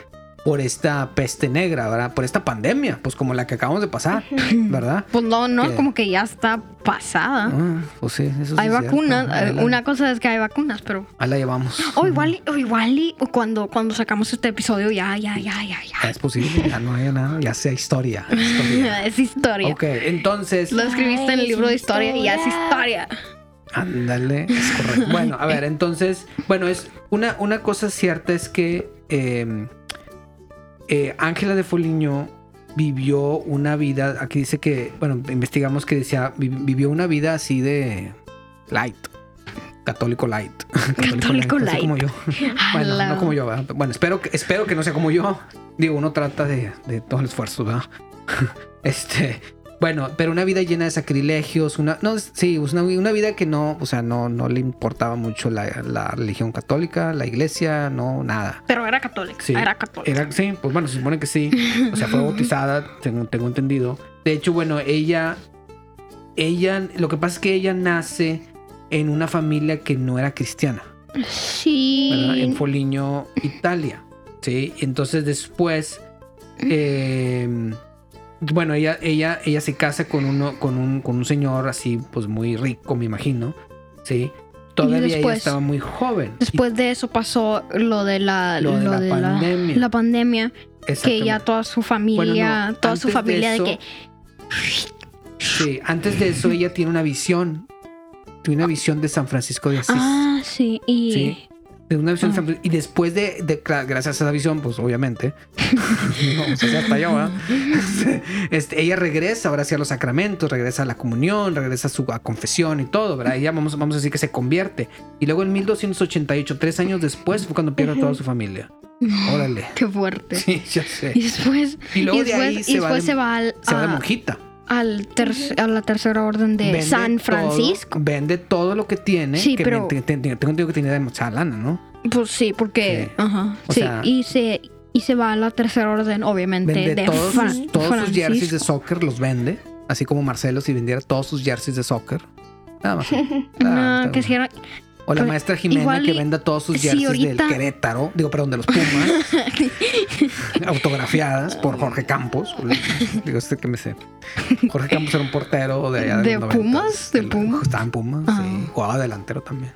Speaker 2: por esta peste negra, ¿verdad? Por esta pandemia, pues como la que acabamos de pasar, ¿verdad?
Speaker 1: Pues no, no,
Speaker 2: ¿Qué?
Speaker 1: como que ya está pasada.
Speaker 2: Ah, pues sí, eso sí
Speaker 1: hay
Speaker 2: es cierto.
Speaker 1: vacunas,
Speaker 2: Ahí
Speaker 1: eh,
Speaker 2: la-
Speaker 1: una cosa es que hay vacunas, pero...
Speaker 2: ahí la llevamos.
Speaker 1: O igual, y- o igual y o cuando, cuando sacamos este episodio ya, ya, ya, ya,
Speaker 2: Ya
Speaker 1: ya.
Speaker 2: es posible, ya no hay nada, ya sea historia. historia.
Speaker 1: Es historia.
Speaker 2: Ok, entonces,
Speaker 1: Lo escribiste en el libro de historia y ya es historia.
Speaker 2: ándale, es correcto. Bueno, a ver, entonces, bueno, es una, una cosa cierta es que eh, eh, Ángela de Foligno vivió una vida, aquí dice que, bueno, investigamos que decía, vi- vivió una vida así de light, católico light.
Speaker 1: Católico
Speaker 2: así
Speaker 1: light.
Speaker 2: como yo. Bueno,
Speaker 1: Ala.
Speaker 2: no como yo, ¿verdad? Bueno, espero que, espero que no sea como yo. Digo, uno trata de, de todo el esfuerzo, ¿verdad? Este, bueno, pero una vida llena de sacrilegios, una, no, sí, pues, una, una vida que no, o sea, no, no le importaba mucho la, la religión católica, la iglesia, no, nada.
Speaker 1: Pero era católica,
Speaker 2: Sí,
Speaker 1: era católica.
Speaker 2: Era, sí, pues bueno, se supone que sí. O sea, fue bautizada, tengo, tengo entendido. De hecho, bueno, ella, ella, lo que pasa es que ella nace en una familia que no era cristiana. ¿verdad? en
Speaker 1: Sí.
Speaker 2: Foligno, Italia. Sí, entonces después, eh, bueno, ella, ella, ella se casa con uno, con un, con un señor así, pues muy rico, me imagino. Sí, todavía ella
Speaker 1: después-
Speaker 2: estaba muy joven.
Speaker 1: Después de eso pasó lo de la,
Speaker 2: Y lo de, la,
Speaker 1: de la-
Speaker 2: pandemia.
Speaker 1: la pandemia, que
Speaker 2: Exactamente.
Speaker 1: ya toda su familia,
Speaker 2: Bueno, no,
Speaker 1: toda su
Speaker 2: antes de
Speaker 1: familia de,
Speaker 2: eso-
Speaker 1: que
Speaker 2: Sí, antes de eso ella tiene una visión, tiene una visión de San Francisco de Asís.
Speaker 1: ah, sí, y
Speaker 2: Sí. De una visión de
Speaker 1: Ah.
Speaker 2: San Francisco. Y después de, de- cla- gracias a esa visión, pues obviamente, no, o sea, ya hasta yo, ¿verdad? Este, ella regresa ahora hacia los sacramentos, regresa a la comunión, regresa a su a confesión y todo, ¿verdad? Ella vamos, vamos a decir que se convierte. Y luego en 1288, tres años después, fue cuando pierde a toda su familia. Órale.
Speaker 1: qué fuerte.
Speaker 2: Sí, ya sé.
Speaker 1: Y después
Speaker 2: Y luego
Speaker 1: y
Speaker 2: de
Speaker 1: después,
Speaker 2: ahí
Speaker 1: y
Speaker 2: se va,
Speaker 1: después
Speaker 2: de,
Speaker 1: se va al,
Speaker 2: se va de
Speaker 1: a-
Speaker 2: monjita.
Speaker 1: al terc- a la tercera orden de
Speaker 2: Vende
Speaker 1: San
Speaker 2: todo-
Speaker 1: Francisco.
Speaker 2: vende todo lo que tiene.
Speaker 1: Sí,
Speaker 2: que
Speaker 1: pero-
Speaker 2: me- te- te- tengo entendido que tenía de mucha lana, ¿no?
Speaker 1: Pues sí, porque.
Speaker 2: Sí.
Speaker 1: Ajá.
Speaker 2: O
Speaker 1: sí,
Speaker 2: sea-
Speaker 1: y se, y se va a la tercera orden, obviamente,
Speaker 2: Vende
Speaker 1: de
Speaker 2: todos,
Speaker 1: Fra-
Speaker 2: sus, todos sus jerseys de
Speaker 1: Francisco.
Speaker 2: soccer, los vende. Así como Marcelo si vendiera todos sus jerseys de soccer. Nada más.
Speaker 1: No,
Speaker 2: Ah, está
Speaker 1: que si
Speaker 2: bueno.
Speaker 1: era-
Speaker 2: O la
Speaker 1: pero
Speaker 2: maestra Jimena
Speaker 1: igual
Speaker 2: que
Speaker 1: y-
Speaker 2: venda todos sus
Speaker 1: sí,
Speaker 2: jerseys
Speaker 1: ahorita-
Speaker 2: del Querétaro. Digo, perdón, de los Pumas. autografiadas por Jorge Campos. Digo, este que me sé. Jorge Campos era un portero de allá de
Speaker 1: ¿De
Speaker 2: los noventas.
Speaker 1: Pumas? ¿De
Speaker 2: El-
Speaker 1: Pumas?
Speaker 2: Estaba en Pumas, sí.
Speaker 1: Ah.
Speaker 2: Jugaba delantero también.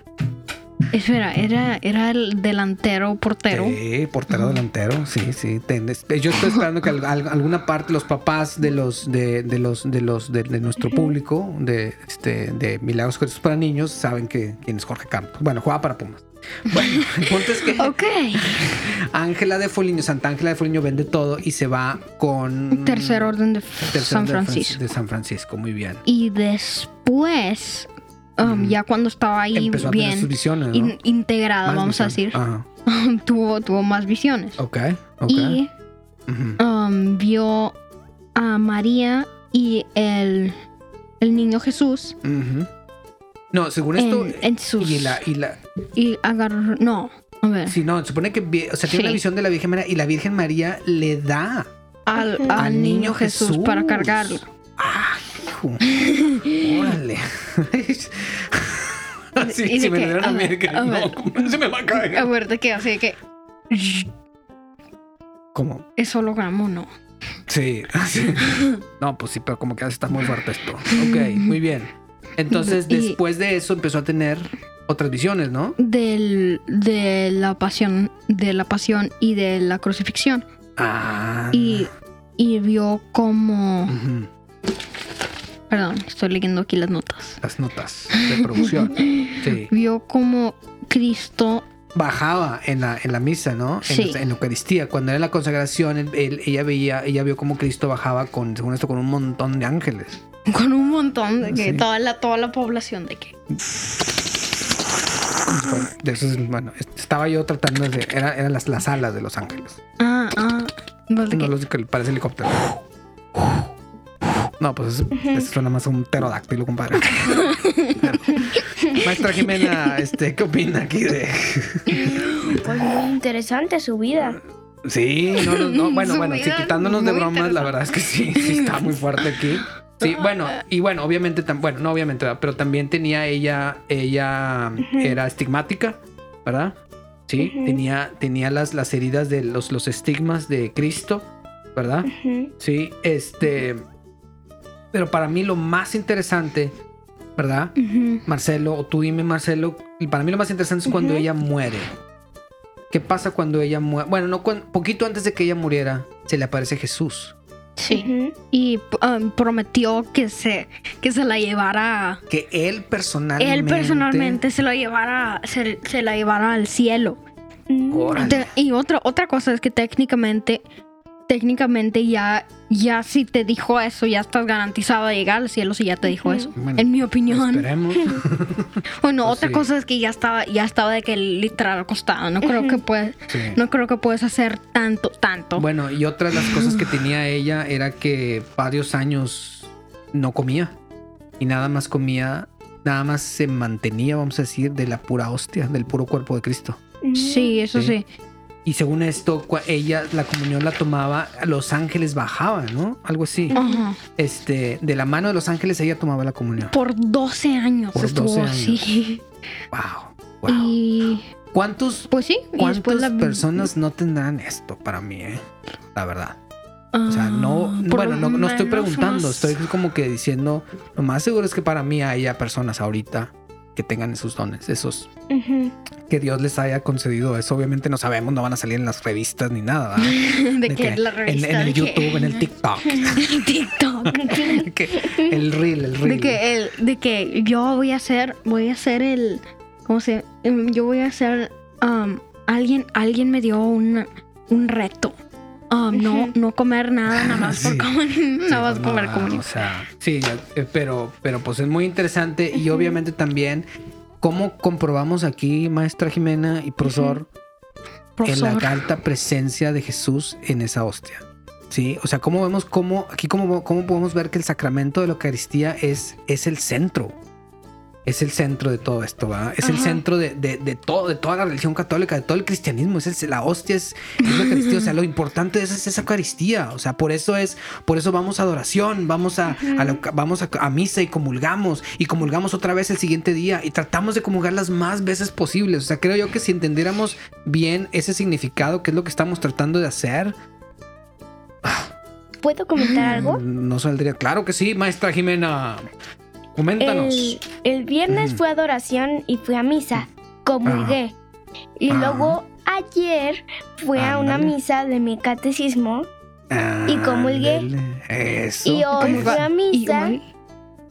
Speaker 1: Espera, era, era el delantero portero.
Speaker 2: Sí, portero delantero, sí, sí. ten- es- Yo estoy esperando que al- al- alguna parte los papás de los de, de los de los de, de nuestro público de este de Milagros Jesús para niños saben que quién es Jorge Campos. Bueno, jugaba para Pumas. Bueno, el punto es que
Speaker 1: Ok.
Speaker 2: Ángela de Foligno, Santa Ángela de Foligno vende todo y se va con
Speaker 1: Tercer orden de
Speaker 2: Mm. tercer
Speaker 1: San
Speaker 2: de Fran-
Speaker 1: Francisco.
Speaker 2: de San Francisco, muy bien.
Speaker 1: Y después, um,
Speaker 2: Ujú.
Speaker 1: ya cuando estaba ahí
Speaker 2: Mm. Empezó a tener sus
Speaker 1: bien
Speaker 2: visiones, ¿no?
Speaker 1: in- integrada,
Speaker 2: Más
Speaker 1: vamos a decir,
Speaker 2: visiones. Ajá.
Speaker 1: tuvo, tuvo más visiones.
Speaker 2: Ok, ok.
Speaker 1: Y
Speaker 2: Ujú.
Speaker 1: um, vio a María y el, el niño Jesús
Speaker 2: Ujú. No, según esto.
Speaker 1: en, en sus...
Speaker 2: Y la, y la.
Speaker 1: y agarró... No, a ver.
Speaker 2: Sí, no, supone que. vi- O sea, tiene
Speaker 1: Sí.
Speaker 2: una visión de la Virgen María y la Virgen María le da
Speaker 1: Al,
Speaker 3: Ujú.
Speaker 1: al niño, Jesús, para cargarlo.
Speaker 2: ¡Ay, hijo! ¡Órale! Así,
Speaker 1: ¿Y de
Speaker 2: si me
Speaker 1: qué? Ah,
Speaker 2: lo dieron a
Speaker 1: A
Speaker 2: mí,
Speaker 1: ver,
Speaker 2: que
Speaker 1: a ver.
Speaker 2: no, se me va a
Speaker 1: A
Speaker 2: caer.
Speaker 1: ver, de qué, así de que
Speaker 2: ¿Cómo?
Speaker 1: es hologramo, no.
Speaker 2: Sí, sí. No, pues sí, pero como que está muy fuerte esto. Ok, muy bien. Entonces,
Speaker 1: Y-
Speaker 2: después de eso empezó a tener otras visiones, ¿no?
Speaker 1: Del, de la pasión, de la pasión y de la crucifixión.
Speaker 2: Ah.
Speaker 1: Y, y vio como.
Speaker 2: Ujú.
Speaker 1: Perdón, estoy leyendo aquí las notas.
Speaker 2: Las notas de producción. Sí.
Speaker 1: Vio como Cristo.
Speaker 2: bajaba en la, en la misa, ¿no? En,
Speaker 1: Sí.
Speaker 2: en la Eucaristía. Cuando era la consagración, él- él- ella veía, ella vio cómo Cristo bajaba con, según esto, con un montón de ángeles.
Speaker 1: Con un montón de que
Speaker 2: Sí.
Speaker 1: toda la toda la población de que
Speaker 2: De esos, bueno, est- estaba yo tratando de. era- eran las, las alas de los ángeles.
Speaker 1: ah ah de que-
Speaker 2: No los que parece helicóptero. No, pues eso, eso suena más a un pterodáctilo, compadre. Maestra Jimena, este, ¿qué opina aquí de.?
Speaker 3: Pues muy interesante su vida.
Speaker 2: Sí, no, no, no. Bueno,
Speaker 1: Su
Speaker 2: bueno, sí,
Speaker 1: vida
Speaker 2: quitándonos de
Speaker 1: muy
Speaker 2: bromas, la verdad es que sí, sí está muy fuerte aquí. Sí, bueno, y bueno, obviamente, tam- bueno, no obviamente, ¿verdad? pero también tenía ella, ella era estigmática, ¿verdad? Sí,
Speaker 3: Ujú.
Speaker 2: tenía, tenía las, las heridas de los, los estigmas de Cristo, ¿verdad?
Speaker 3: Ujú.
Speaker 2: Sí, este. Pero para mí lo más interesante, ¿verdad?
Speaker 1: Ujú.
Speaker 2: Marcelo, o tú dime, Marcelo, y para mí lo más interesante es cuando
Speaker 3: Ujú.
Speaker 2: ella muere. ¿Qué pasa cuando ella muere? Bueno, no, cuan- poquito antes de que ella muriera, se le aparece Jesús.
Speaker 1: sí
Speaker 3: Ujú.
Speaker 1: y um, prometió que se que se la llevara a-
Speaker 2: Que él personalmente.
Speaker 1: él personalmente se la llevara se, se la llevara al cielo
Speaker 2: Órale.
Speaker 1: Te- y otra, otra cosa es que técnicamente, técnicamente ya, ya si te dijo eso, ya estás garantizado de llegar al cielo si ya te dijo eso.
Speaker 2: Bueno,
Speaker 1: En mi opinión.
Speaker 2: Esperemos.
Speaker 1: Bueno,
Speaker 2: pues
Speaker 1: otra
Speaker 2: sí.
Speaker 1: cosa es que ya estaba, ya estaba de que literal acostado. No creo
Speaker 3: Ujú.
Speaker 1: que puedes,
Speaker 2: Sí.
Speaker 1: no creo que puedes hacer tanto, tanto.
Speaker 2: Bueno, y otra de las cosas que tenía ella era que varios años no comía. Y nada más comía, nada más se mantenía, vamos a decir, de la pura hostia, del puro cuerpo de Cristo.
Speaker 3: Ujú.
Speaker 1: sí, eso
Speaker 2: Sí.
Speaker 1: sí.
Speaker 2: Y según esto, cua- ella la comunión la tomaba, los ángeles bajaban, ¿no? Algo así.
Speaker 1: Ajá.
Speaker 2: Este, de la mano de los ángeles ella tomaba la comunión.
Speaker 1: Por 12 años
Speaker 2: Por
Speaker 1: estuvo
Speaker 2: 12
Speaker 1: así.
Speaker 2: Wow, wow.
Speaker 1: Y
Speaker 2: ¿Cuántos,
Speaker 1: pues sí, y después
Speaker 2: cuántas
Speaker 1: la
Speaker 2: personas no tendrán esto para mí, eh? La verdad. O sea,
Speaker 1: Ah,
Speaker 2: no,
Speaker 1: por
Speaker 2: bueno, no,
Speaker 1: lo
Speaker 2: no estoy
Speaker 1: menos
Speaker 2: preguntando,
Speaker 1: unos-
Speaker 2: estoy como que diciendo, lo más seguro es que para mí haya personas ahorita que tengan esos dones, esos
Speaker 3: Ujú.
Speaker 2: que Dios les haya concedido eso. Obviamente no sabemos, no van a salir en las revistas ni nada. ¿verdad?
Speaker 1: de,
Speaker 2: De
Speaker 1: que,
Speaker 2: que
Speaker 1: la
Speaker 2: en-
Speaker 1: revista
Speaker 2: en, el
Speaker 1: de que-
Speaker 2: YouTube, en el TikTok,
Speaker 1: en TikTok.
Speaker 2: que- el reel, el reel.
Speaker 1: De que, el, de que yo voy a ser, voy a ser el, ¿cómo se? em, Yo voy a ser, um, alguien, alguien me dio una- un reto. Um, no,
Speaker 3: Ujú.
Speaker 1: no comer nada, nada más por
Speaker 2: Sí.
Speaker 1: comer,
Speaker 2: Sí,
Speaker 1: nada más
Speaker 2: pues,
Speaker 1: por comer
Speaker 2: no,
Speaker 1: comunión.
Speaker 2: O sea, sí, eh, pero, pero pues es muy interesante y obviamente también cómo comprobamos aquí, maestra Jimena y profesor, en la
Speaker 1: Profesor.
Speaker 2: alta presencia de Jesús en esa hostia. Sí, o sea, cómo vemos cómo aquí cómo, cómo podemos ver que el sacramento de la Eucaristía es es el centro. Es el centro de todo esto, ¿verdad? Es el
Speaker 1: Ajá.
Speaker 2: centro de, de- de todo, de toda la religión católica, de todo el cristianismo. Es el- la hostia es, es la Eucaristía. O sea, lo importante es, es esa Eucaristía. O sea, por eso es, por eso vamos a adoración, vamos a, a la euca- vamos a, a misa y comulgamos, y comulgamos otra vez el siguiente día, y tratamos de comulgar las más veces posibles. O sea, creo yo que si entendiéramos bien ese significado, que es lo que estamos tratando de hacer,
Speaker 3: ¿Puedo comentar algo?
Speaker 2: no saldría. Claro que sí, maestra Jimena. Coméntanos.
Speaker 3: El, el viernes
Speaker 2: Ujú.
Speaker 3: fue adoración y fui a misa. comulgué. Y
Speaker 2: Ajá.
Speaker 3: luego ayer fui a una
Speaker 2: Ah. Ándale.
Speaker 3: misa de mi catecismo Y comulgué.
Speaker 2: Ándele. Eso.
Speaker 3: y hoy
Speaker 2: ahí
Speaker 3: fui
Speaker 2: va.
Speaker 3: a
Speaker 1: Y
Speaker 3: misa
Speaker 1: hoy,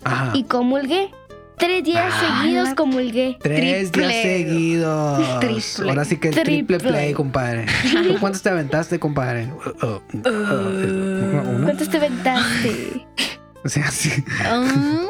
Speaker 2: Ajá.
Speaker 3: y comulgué. Tres días
Speaker 1: Ah,
Speaker 3: seguidos
Speaker 1: la-
Speaker 3: comulgué.
Speaker 2: Tres días
Speaker 1: triple.
Speaker 2: seguidos.
Speaker 1: Triple.
Speaker 2: Ahora sí que el triple,
Speaker 3: Triple.
Speaker 2: play, compadre. ¿Tú cuántos te aventaste, compadre? Uh, uh, uh, uh, uno.
Speaker 3: ¿Cuántos te aventaste?
Speaker 2: O sea, sí.
Speaker 1: ah,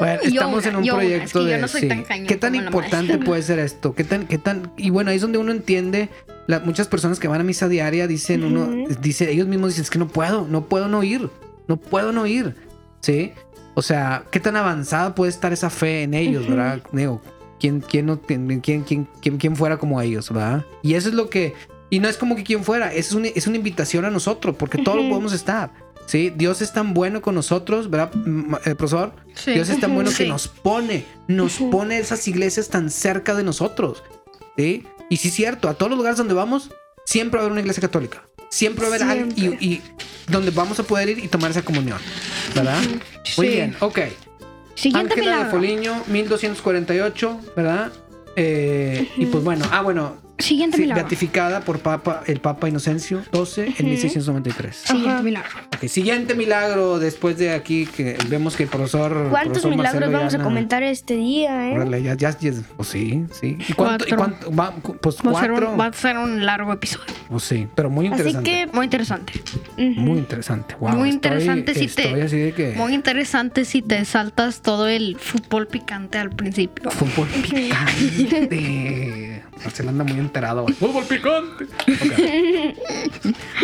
Speaker 2: Bueno,
Speaker 1: Yo
Speaker 2: estamos
Speaker 1: una,
Speaker 2: en un
Speaker 1: yo una, es
Speaker 2: proyecto
Speaker 1: que
Speaker 2: de.
Speaker 1: yo no soy
Speaker 2: sí.
Speaker 1: tan cañón
Speaker 2: ¿Qué tan
Speaker 1: como la
Speaker 2: importante
Speaker 1: maestra?
Speaker 2: puede ser esto? ¿Qué tan, qué tan? Y bueno, ahí es donde uno entiende. la- muchas personas que van a misa diaria dicen uno,
Speaker 3: Ujú.
Speaker 2: dice, ellos mismos dicen es que no puedo, no puedo no ir, no puedo no ir. ¿Sí? O sea, ¿qué tan avanzada puede estar esa fe en ellos,
Speaker 3: Ujú.
Speaker 2: verdad? Digo, ¿quién, quién, no, tiene- quién, quién, quién, quién fuera como ellos, verdad? Y eso es lo que. Y no es como que quien fuera, es una, es una invitación a nosotros, porque todos
Speaker 3: Ujú.
Speaker 2: podemos estar. ¿Sí? Dios es tan bueno con nosotros, ¿verdad, m- eh, profesor?
Speaker 1: sí.
Speaker 2: Dios es tan bueno que
Speaker 1: Sí.
Speaker 2: nos pone, nos
Speaker 3: Ujú.
Speaker 2: pone esas iglesias tan cerca de nosotros. ¿sí? Y sí es cierto, a todos los lugares donde vamos, siempre va a haber una iglesia católica. Siempre va a haber algo y,
Speaker 3: Siempre.
Speaker 2: y donde vamos a poder ir y tomar esa comunión. ¿Verdad?
Speaker 1: Sí.
Speaker 2: Muy bien, ok.
Speaker 1: Siguiente
Speaker 2: Ángela de
Speaker 1: milagro.
Speaker 2: Foliño, 1248, ¿verdad? Eh, Y pues bueno, ah, bueno,
Speaker 1: Siguiente
Speaker 2: sí,
Speaker 1: milagro.
Speaker 2: beatificada por Papa, el Papa Inocencio XII en
Speaker 3: Ujú.
Speaker 2: 1693.
Speaker 1: Siguiente
Speaker 3: Ajá.
Speaker 1: milagro.
Speaker 2: Ok, siguiente milagro después de aquí que vemos que el profesor.
Speaker 3: ¿Cuántos
Speaker 2: profesor
Speaker 3: milagros
Speaker 2: Marcelo
Speaker 3: vamos a
Speaker 2: Llana-
Speaker 3: comentar este día, eh?
Speaker 2: Órale, ya, ya, ya- pues sí, sí. ¿Y cuánto? y
Speaker 1: Cuatro.
Speaker 2: cuánto va, cu- pues
Speaker 1: Va a, ser
Speaker 2: cuatro.
Speaker 1: un, va a ser un largo episodio.
Speaker 2: Pues sí, pero muy
Speaker 3: Así
Speaker 2: interesante.
Speaker 3: que.
Speaker 1: Muy interesante.
Speaker 3: ujú.
Speaker 2: Muy interesante. Wow,
Speaker 1: Muy
Speaker 2: estoy-
Speaker 1: interesante si te-
Speaker 2: estoy así de que.
Speaker 1: Muy interesante si te saltas todo el fútbol picante al principio.
Speaker 2: Fútbol picante. Marcelo anda muy enterado. hoy. Fútbol picante. Ok.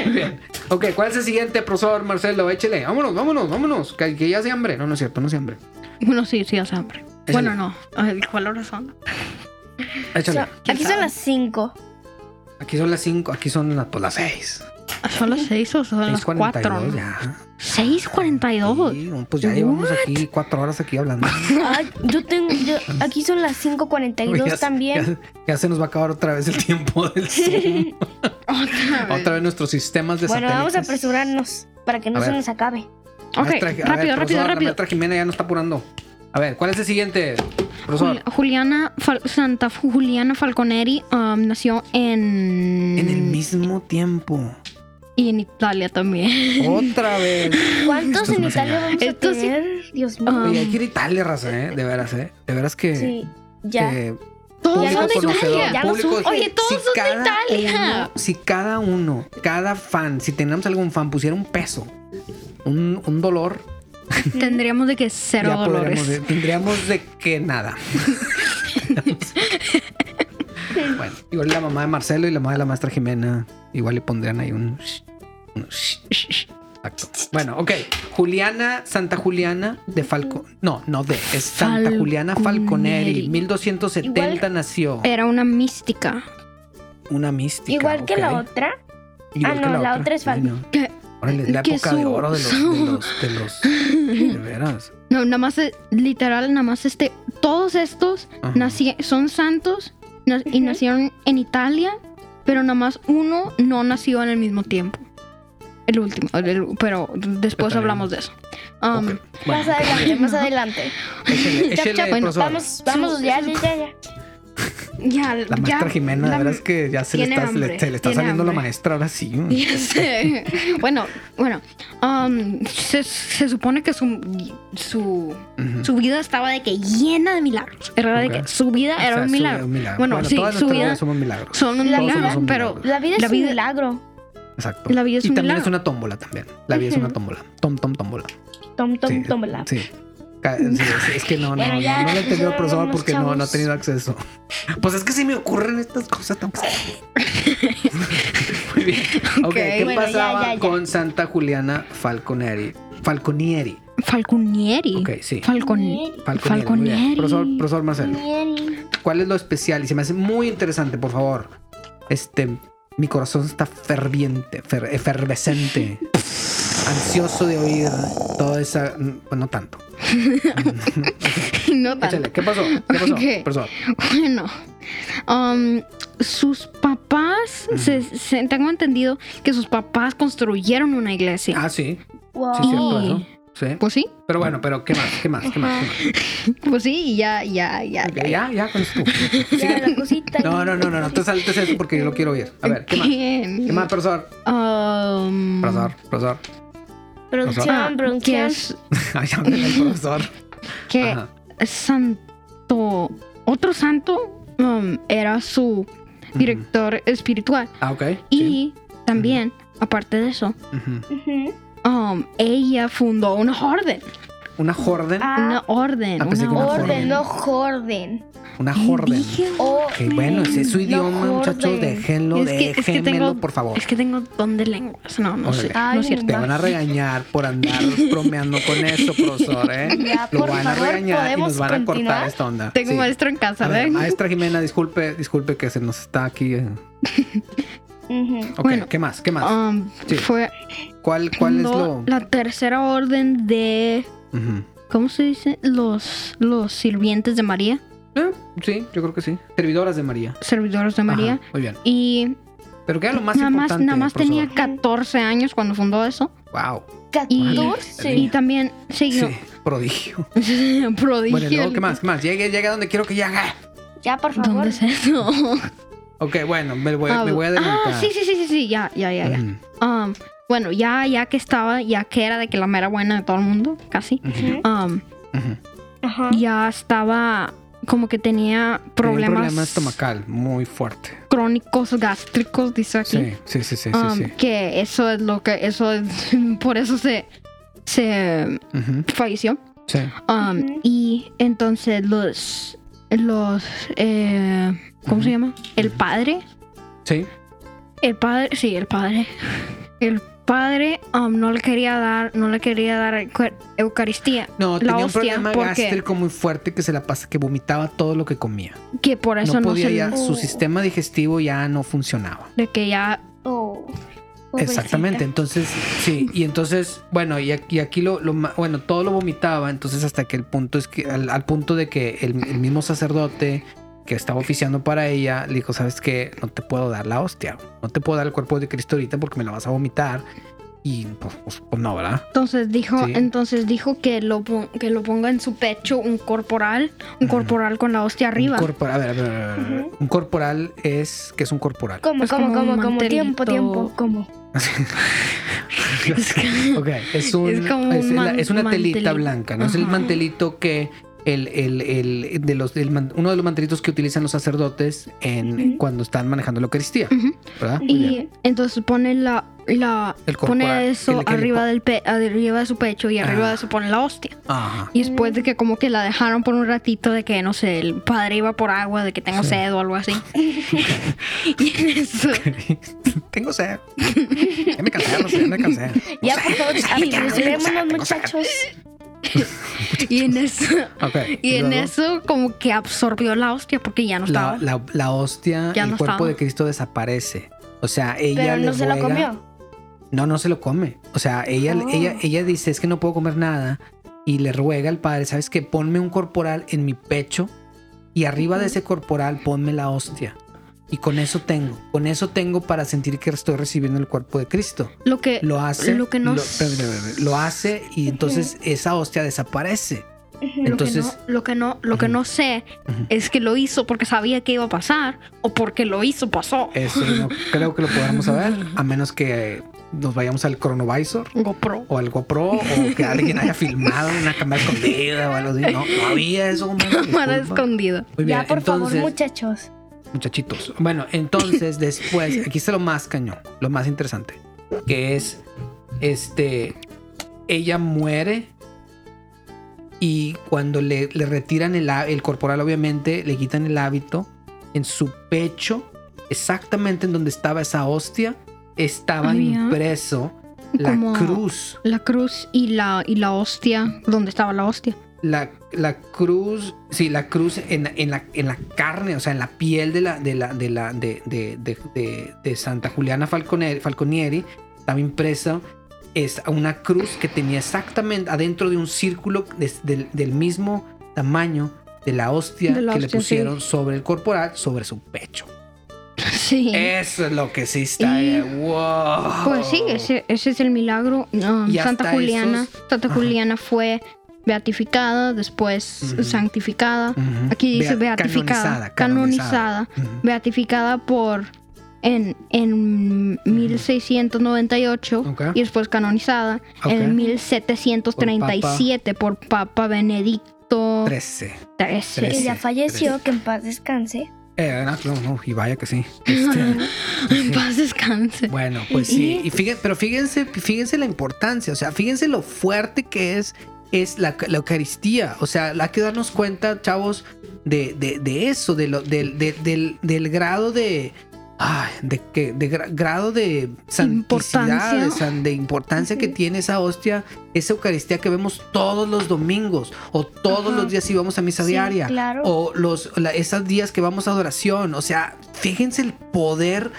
Speaker 2: Muy bien. Ok, ¿cuál es el siguiente, profesor Marcelo? Échele. Vámonos, vámonos, vámonos. Que, que ya se hambre. No, no es cierto, no se hambre.
Speaker 1: Bueno, sí, sí, hace hambre.
Speaker 2: Es
Speaker 1: Bueno,
Speaker 2: el-
Speaker 1: no. Ay, ¿Cuál hora son?
Speaker 2: Échale.
Speaker 3: So- aquí son las 5.
Speaker 2: Aquí son las 5, aquí son las, pues, las 6.
Speaker 1: Ah, ¿Son las seis o son las cuatro?
Speaker 2: 6.42
Speaker 1: no?
Speaker 2: ya.
Speaker 1: ¿6.42?
Speaker 2: Sí, pues ya llevamos aquí cuatro horas aquí hablando.
Speaker 3: Ah, yo tengo. yo- aquí son las
Speaker 2: Ya
Speaker 3: 5.42
Speaker 2: se-
Speaker 3: también.
Speaker 2: Ya, ya se nos va a acabar otra vez el tiempo del Zoom.
Speaker 1: Otra vez.
Speaker 2: otra vez nuestros sistemas de
Speaker 3: Bueno, vamos a
Speaker 2: satélites.
Speaker 3: apresurarnos para que no
Speaker 2: A
Speaker 3: se
Speaker 2: ver.
Speaker 3: nos acabe.
Speaker 1: Ok,
Speaker 2: Maestra- a ver,
Speaker 1: rápido, rápido,
Speaker 2: profesor, La
Speaker 1: rápido.
Speaker 2: maestra Jimena ya nos está apurando. A ver, ¿cuál es el siguiente, profesor?
Speaker 1: Juli- Juliana Fal- Santa Fu- Juliana Falconeri um, nació en
Speaker 2: En el mismo tiempo.
Speaker 1: y en Italia también.
Speaker 2: Otra vez.
Speaker 3: ¿Cuántos
Speaker 2: Esto es
Speaker 3: en
Speaker 2: una
Speaker 3: Italia
Speaker 2: señal.
Speaker 3: vamos a
Speaker 1: Esto sí.
Speaker 3: tener? Dios mío.
Speaker 1: Ah,
Speaker 2: Oye, hay que ir a Italia, raza, ¿eh? De veras, ¿eh? De veras que.
Speaker 3: sí, ya.
Speaker 2: que
Speaker 1: Todos
Speaker 3: Ya
Speaker 1: son
Speaker 3: lo
Speaker 1: de
Speaker 3: conocedor.
Speaker 1: Italia.
Speaker 3: Ya lo surge.
Speaker 1: Oye, todos son de
Speaker 2: cada
Speaker 1: Italia.
Speaker 2: uno- si cada uno, cada fan, si teníamos algún fan, pusiera un peso, un, un dolor,
Speaker 1: Tendríamos de que cero
Speaker 2: ya
Speaker 1: dolores.
Speaker 2: podríamos de- tendríamos de que nada. bueno, igual la mamá de Marcelo y la mamá de la maestra Jimena, igual le pondrían ahí un. un- Exacto. Bueno, ok. Juliana, Santa Juliana de Falco. No, no de. Es Santa
Speaker 1: Falconeri.
Speaker 2: Juliana Falconeri. 1270
Speaker 3: Igual- eh,
Speaker 2: nació.
Speaker 1: Era una mística.
Speaker 2: Una mística.
Speaker 3: Igual que la
Speaker 2: ok.
Speaker 3: otra.
Speaker 2: Igual
Speaker 3: Ah,
Speaker 2: que
Speaker 3: no, la otra es
Speaker 2: Sí,
Speaker 3: Falco.
Speaker 2: no.
Speaker 1: Que-
Speaker 2: Órale, la
Speaker 1: que
Speaker 2: época de
Speaker 1: su-
Speaker 2: oro de los. De los, de los- de veras.
Speaker 1: No, nada más, eh, literal, nada más este. Todos estos
Speaker 2: Ajá.
Speaker 1: naci- son santos na- y
Speaker 3: Ujú.
Speaker 1: nacieron en Italia, pero nada más uno no nació en el mismo tiempo. El último, el- el- pero después
Speaker 2: bien.
Speaker 1: hablamos de eso. Um,
Speaker 2: Ok. Bueno,
Speaker 3: más adelante, más adelante.
Speaker 2: échele,
Speaker 3: Chap,
Speaker 2: échele,
Speaker 3: chap,
Speaker 1: bueno,
Speaker 2: profesor.
Speaker 3: Vamos, vamos, ya, ya, ya. ya.
Speaker 1: Um, Ya,
Speaker 2: La maestra
Speaker 1: ya,
Speaker 2: Jimena,
Speaker 1: la-
Speaker 2: de verdad es que ya se le
Speaker 1: tiene
Speaker 2: está, se le-
Speaker 1: hambre,
Speaker 2: se le está
Speaker 1: tiene
Speaker 2: saliendo la
Speaker 1: hambre.
Speaker 2: maestra ahora sí.
Speaker 1: Ya sé. bueno, bueno. um, se, se supone que su, su,
Speaker 2: Ujú.
Speaker 1: su vida estaba de que llena de milagros. Era de
Speaker 2: Ok.
Speaker 1: que su vida
Speaker 2: O
Speaker 1: era
Speaker 2: sea,
Speaker 1: un
Speaker 2: su-
Speaker 1: milagro.
Speaker 2: un
Speaker 1: Bueno, sí,
Speaker 2: todas
Speaker 1: su
Speaker 2: nuestras
Speaker 1: vida-
Speaker 2: vidas somos milagros.
Speaker 1: Son un
Speaker 3: La
Speaker 1: milagro,
Speaker 3: vida-
Speaker 1: pero
Speaker 2: milagros.
Speaker 3: La vida
Speaker 1: La
Speaker 3: es
Speaker 1: vida-
Speaker 3: un milagro.
Speaker 2: Exacto.
Speaker 1: la vida es
Speaker 2: y
Speaker 1: un
Speaker 2: también
Speaker 1: milagro.
Speaker 2: es una tómbola también. La vida es una
Speaker 3: Ujú.
Speaker 2: tómbola. Tom, tom, tómbola.
Speaker 3: Tom, tom,
Speaker 2: Sí,
Speaker 3: tómbola.
Speaker 2: Sí. Ca- sí, sí, es que no, no,
Speaker 3: Bueno,
Speaker 2: no,
Speaker 3: ya,
Speaker 2: no le he entendido al
Speaker 3: ya
Speaker 2: profesor
Speaker 3: vamos,
Speaker 2: porque no, no ha
Speaker 3: chavos.
Speaker 2: tenido acceso. Pues es que se me ocurren estas cosas tan Muy bien. Ok,
Speaker 1: Ok,
Speaker 2: ¿qué
Speaker 3: bueno, ya,
Speaker 2: pasaba
Speaker 3: ya, ya.
Speaker 2: con Santa Juliana Falconeri? Falconieri.
Speaker 1: Falconieri.
Speaker 2: Ok, sí.
Speaker 1: Falcon,
Speaker 2: Falconieri. muy bien.
Speaker 1: Falconieri.
Speaker 2: Profesor, profesor Marcelo.
Speaker 3: Bien.
Speaker 2: ¿Cuál es lo especial? Y se me hace muy interesante, por favor. Este, mi corazón está ferviente, fer- efervescente, ansioso de oír toda esa. Pues no tanto.
Speaker 1: no tanto.
Speaker 2: Échale, ¿qué pasó? ¿Qué pasó?
Speaker 1: Ok.
Speaker 2: Profesor.
Speaker 1: Bueno, um, sus papás, se- se- tengo entendido que sus papás construyeron una iglesia.
Speaker 2: Ah, sí.
Speaker 3: Wow.
Speaker 2: Sí, cierto, eso. Sí.
Speaker 1: Pues sí,
Speaker 2: Pero bueno, pero ¿qué más? ¿Qué más? ¿Qué más? ¿Qué
Speaker 1: pues sí, y ya, ya, ya. ya,
Speaker 2: más? Ok, ya, ya con esto.
Speaker 3: Ya, la cosita.
Speaker 2: No, no, no, no, no te saltes eso porque yo lo quiero oír. A ver, ¿qué más?
Speaker 1: ¿Quién?
Speaker 2: ¿Qué más, profesor?
Speaker 1: Um,
Speaker 2: Profesor, profesor.
Speaker 1: ah,
Speaker 3: Producción,
Speaker 1: que
Speaker 3: producción.
Speaker 1: es
Speaker 2: Ay, háblale al profesor.
Speaker 1: que
Speaker 2: Ajá.
Speaker 1: santo, otro santo um, era su director espiritual.
Speaker 2: Ah, ok. sí.
Speaker 1: Y también, aparte de eso,
Speaker 2: Ujú.
Speaker 3: Ujú.
Speaker 1: um, ella fundó una orden.
Speaker 2: Una jorden.
Speaker 1: Una
Speaker 3: Ah,
Speaker 1: orden.
Speaker 2: Ah, pensé que una
Speaker 1: una
Speaker 3: orden,
Speaker 2: orden.
Speaker 3: no jorden.
Speaker 2: Una
Speaker 1: ¿Qué
Speaker 2: jorden.
Speaker 1: dije?
Speaker 3: O
Speaker 2: Que bueno, ese es su
Speaker 3: No
Speaker 2: idioma, muchachos.
Speaker 3: jorden.
Speaker 2: Déjenlo,
Speaker 1: Es que- es que
Speaker 2: déjenmelo,
Speaker 1: tengo-
Speaker 2: por favor.
Speaker 1: Es que tengo don de lenguas. No, no
Speaker 2: Ok.
Speaker 1: sé.
Speaker 3: Ay,
Speaker 1: no es cierto.
Speaker 2: Te van a regañar por andar bromeando con eso, profesor, ¿eh?
Speaker 3: Ya,
Speaker 2: Lo
Speaker 3: por
Speaker 2: van a
Speaker 3: favor,
Speaker 2: regañar y nos
Speaker 3: ¿podemos
Speaker 2: van a cortar
Speaker 3: continuar?
Speaker 2: esta onda.
Speaker 1: Tengo
Speaker 2: Sí.
Speaker 1: maestro en
Speaker 2: A
Speaker 1: casa,
Speaker 2: ver,
Speaker 1: ¿eh?
Speaker 2: maestra Jimena, disculpe, disculpe que se nos está aquí. eh.
Speaker 3: Ujú.
Speaker 2: Ok,
Speaker 1: Bueno.
Speaker 2: ¿qué más? ¿Qué más?
Speaker 1: Um,
Speaker 2: Sí.
Speaker 1: Fue
Speaker 2: ¿Cuál, cuál es lo...?
Speaker 1: fundó la tercera orden de.
Speaker 2: Ujú.
Speaker 1: ¿Cómo se dice? Los, los sirvientes de María.
Speaker 2: Eh, sí, yo creo que sí. Servidoras de María.
Speaker 1: Servidores de María.
Speaker 2: Ajá, muy bien.
Speaker 1: Y
Speaker 2: Pero qué era lo más
Speaker 1: nada más,
Speaker 2: importante,
Speaker 1: nada más tenía
Speaker 2: profesor?
Speaker 1: 14 años cuando fundó eso.
Speaker 2: Wow.
Speaker 1: Y-
Speaker 3: 14.
Speaker 1: Y también siguió.
Speaker 2: Sí, prodigio.
Speaker 1: prodigio.
Speaker 2: Bueno, y luego, ¿qué más? ¿Qué más? Llegue, llegue a donde quiero que llegue.
Speaker 3: Ya, por favor.
Speaker 1: ¿Dónde es eso?
Speaker 2: Ok, bueno, me voy, me voy a adelantar.
Speaker 1: ah, sí, sí, sí, sí, sí, ya, ya, ya, ya.
Speaker 2: Ujú,
Speaker 1: Um, bueno, ya, ya que estaba, ya que era de que la mera buena de todo el mundo, casi.
Speaker 2: ujú,
Speaker 1: um,
Speaker 2: ujú.
Speaker 3: Ajá.
Speaker 1: ya estaba como que tenía
Speaker 2: Tenía un
Speaker 1: problemas
Speaker 2: problema estomacal muy fuerte.
Speaker 1: crónicos gástricos, dice aquí.
Speaker 2: Sí, sí, sí, sí, sí,
Speaker 1: Um,
Speaker 2: sí.
Speaker 1: Que eso es lo que, eso es, por eso se, se
Speaker 2: Ujú,
Speaker 1: falleció.
Speaker 2: sí.
Speaker 1: Um,
Speaker 3: Ujú.
Speaker 1: Y entonces los, los, eh, ¿cómo se
Speaker 2: Ujú.
Speaker 1: llama? El
Speaker 2: Ujú.
Speaker 1: padre
Speaker 2: Sí.
Speaker 1: El padre, sí, el padre. El padre um, no le quería dar, no le quería dar euca- Eucaristía,
Speaker 2: No,
Speaker 1: La
Speaker 2: tenía un
Speaker 1: hostia,
Speaker 2: problema
Speaker 1: ¿por qué?
Speaker 2: gástrico muy fuerte que se la pasa, que vomitaba todo lo que comía.
Speaker 1: que por eso
Speaker 2: no
Speaker 1: no,
Speaker 2: podía
Speaker 1: se
Speaker 2: ya,
Speaker 1: le- Oh.
Speaker 2: su sistema digestivo ya no funcionaba.
Speaker 1: de que ya
Speaker 3: Oh, pobrecita.
Speaker 2: Exactamente, entonces, sí, y entonces, bueno, y aquí, y aquí lo, lo ma- bueno, todo lo vomitaba, entonces hasta que el punto es que, al, al punto de que el, el mismo sacerdote que estaba oficiando para ella, le dijo, sabes que no te puedo dar la hostia, no te puedo dar el cuerpo de Cristo ahorita porque me la vas a vomitar, y pues, pues, pues no, ¿verdad?
Speaker 1: entonces dijo,
Speaker 2: Sí.
Speaker 1: entonces dijo que lo pon- que lo ponga en su pecho un corporal, un
Speaker 2: Ujú.
Speaker 1: corporal con la hostia arriba.
Speaker 2: Un corporal, a ver, a ver, a ver, a ver, un corporal es, que es un corporal?
Speaker 3: Como,
Speaker 1: Pues
Speaker 3: como,
Speaker 1: como un
Speaker 3: como, como,
Speaker 1: mantelito.
Speaker 3: tiempo, tiempo, como.
Speaker 1: Es que-
Speaker 2: Ok, es, un-
Speaker 1: Es como
Speaker 2: es
Speaker 1: un
Speaker 2: la-
Speaker 1: man-
Speaker 2: es una telita
Speaker 1: mantelito.
Speaker 2: blanca, ¿no? Es el
Speaker 1: Ajá.
Speaker 2: mantelito que el, el- el- de los, el man- uno de los mantelitos que utilizan los sacerdotes en,
Speaker 3: Ujú.
Speaker 2: cuando están manejando la Eucaristía,
Speaker 1: Ujú.
Speaker 2: ¿verdad? Muy bien.
Speaker 1: Y entonces pone la la
Speaker 2: El corporal,
Speaker 1: pone eso
Speaker 2: el- el
Speaker 1: arriba
Speaker 2: po-
Speaker 1: del pe- arriba de su pecho y arriba
Speaker 2: Ah.
Speaker 1: de eso pone la hostia.
Speaker 2: Ajá.
Speaker 1: Y después de que como que la dejaron por un ratito de que, no sé, el padre iba por agua, de que tengo
Speaker 2: Sí.
Speaker 1: sed o algo así. y en eso,
Speaker 2: Tengo sed. Ya me cansé, Rocío, ya me cansé.
Speaker 3: Ya, por favor,
Speaker 2: Tengo
Speaker 3: apresurémonos,
Speaker 2: sed.
Speaker 3: muchachos.
Speaker 1: y en eso,
Speaker 2: Ok,
Speaker 1: y en
Speaker 2: luego,
Speaker 1: eso como que absorbió la hostia porque ya no
Speaker 2: la,
Speaker 1: estaba.
Speaker 2: la- la hostia,
Speaker 1: Ya
Speaker 2: el
Speaker 1: no
Speaker 2: cuerpo
Speaker 1: estaba.
Speaker 2: de Cristo desaparece. O sea, ella
Speaker 3: Pero no
Speaker 2: le
Speaker 3: se lo
Speaker 2: ruega-
Speaker 3: comió.
Speaker 2: No, no se lo come. O sea, ella,
Speaker 3: Oh.
Speaker 2: ella, ella dice, es que no puedo comer nada. Y le ruega al padre, ¿sabes qué? Ponme un corporal en mi pecho y arriba de ese corporal ponme la hostia. Y con eso tengo, con eso tengo para sentir que estoy recibiendo el cuerpo de Cristo.
Speaker 1: lo que
Speaker 2: Lo hace,
Speaker 1: Lo que no
Speaker 2: lo,
Speaker 1: s-
Speaker 2: espérame, espérame, espérame. Lo hace y entonces esa hostia desaparece.
Speaker 1: lo que
Speaker 2: Entonces,
Speaker 1: no- lo que no, lo que
Speaker 2: Ujú.
Speaker 1: no sé
Speaker 2: Ujú.
Speaker 1: es que lo hizo porque sabía que iba a pasar o porque lo hizo pasó.
Speaker 2: eso no creo que lo podamos saber, a menos que nos vayamos al cronovisor.
Speaker 1: GoPro.
Speaker 2: o al GoPro o que alguien haya filmado una cámara escondida o algo así. No, no había eso. hombre,
Speaker 1: Cámara
Speaker 2: disculpa.
Speaker 1: escondida.
Speaker 2: Muy bien,
Speaker 3: ya, por
Speaker 2: entonces,
Speaker 3: favor, muchachos.
Speaker 2: muchachitos. Bueno, entonces después, aquí está lo más cañón, lo más interesante, que es este ella muere y cuando le, le retiran el, há- el corporal, obviamente, le quitan el hábito en su pecho, exactamente en donde estaba esa hostia, estaba
Speaker 1: Había
Speaker 2: impreso la
Speaker 1: como-
Speaker 2: cruz
Speaker 1: La cruz y la, y la hostia, donde estaba la hostia.
Speaker 2: la, la cruz, sí, la cruz en, en la, en la carne, o sea, en la piel de la de la de la de, de, de, de- de Santa Juliana Falcone- Falconieri, estaba impresa es una cruz que tenía exactamente adentro de un círculo de- del- del mismo tamaño de la hostia
Speaker 1: De la
Speaker 2: que le
Speaker 1: hostia, sí.
Speaker 2: pusieron sobre el corporal, sobre su pecho.
Speaker 1: Sí.
Speaker 2: Eso es lo que sí está.
Speaker 1: Y-
Speaker 2: eh, wow.
Speaker 1: Pues sí, ese, ese es el milagro. Ah,
Speaker 2: Oh. Y
Speaker 1: Santa
Speaker 2: hasta
Speaker 1: Juliana.
Speaker 2: esos-
Speaker 1: Santa Juliana fue beatificada, después
Speaker 2: Ujú.
Speaker 1: santificada.
Speaker 2: Ujú.
Speaker 1: Aquí dice
Speaker 2: Bea-
Speaker 1: beatificada.
Speaker 2: Canonizada.
Speaker 1: Canonizada.
Speaker 2: Ujú.
Speaker 1: Beatificada por. En, en 1698
Speaker 2: Ok.
Speaker 1: y después canonizada
Speaker 2: Ok.
Speaker 1: en 1737 por Papa, Benedicto
Speaker 2: Trece.
Speaker 1: XIII.
Speaker 3: Que ya
Speaker 2: Ese,
Speaker 3: falleció, que en paz descanse.
Speaker 2: Eh, no, no, no, y vaya que sí. Este,
Speaker 1: En paz descanse.
Speaker 2: bueno, pues sí. Y fíjense, pero fíjense, fíjense la importancia, o sea, fíjense lo fuerte que es, es la, la Eucaristía. O sea, hay que darnos cuenta, chavos, de, de, de eso, de lo, del- del- del, del grado de. ay, de que de gra- grado de santicidad,
Speaker 1: Importancia.
Speaker 2: de, san- de importancia que tiene esa hostia, esa Eucaristía que vemos todos los domingos o todos
Speaker 3: Ajá.
Speaker 2: los días si vamos a misa
Speaker 3: Sí,
Speaker 2: diaria
Speaker 3: claro.
Speaker 2: o los la- esos días que vamos a adoración, o sea, fíjense el poder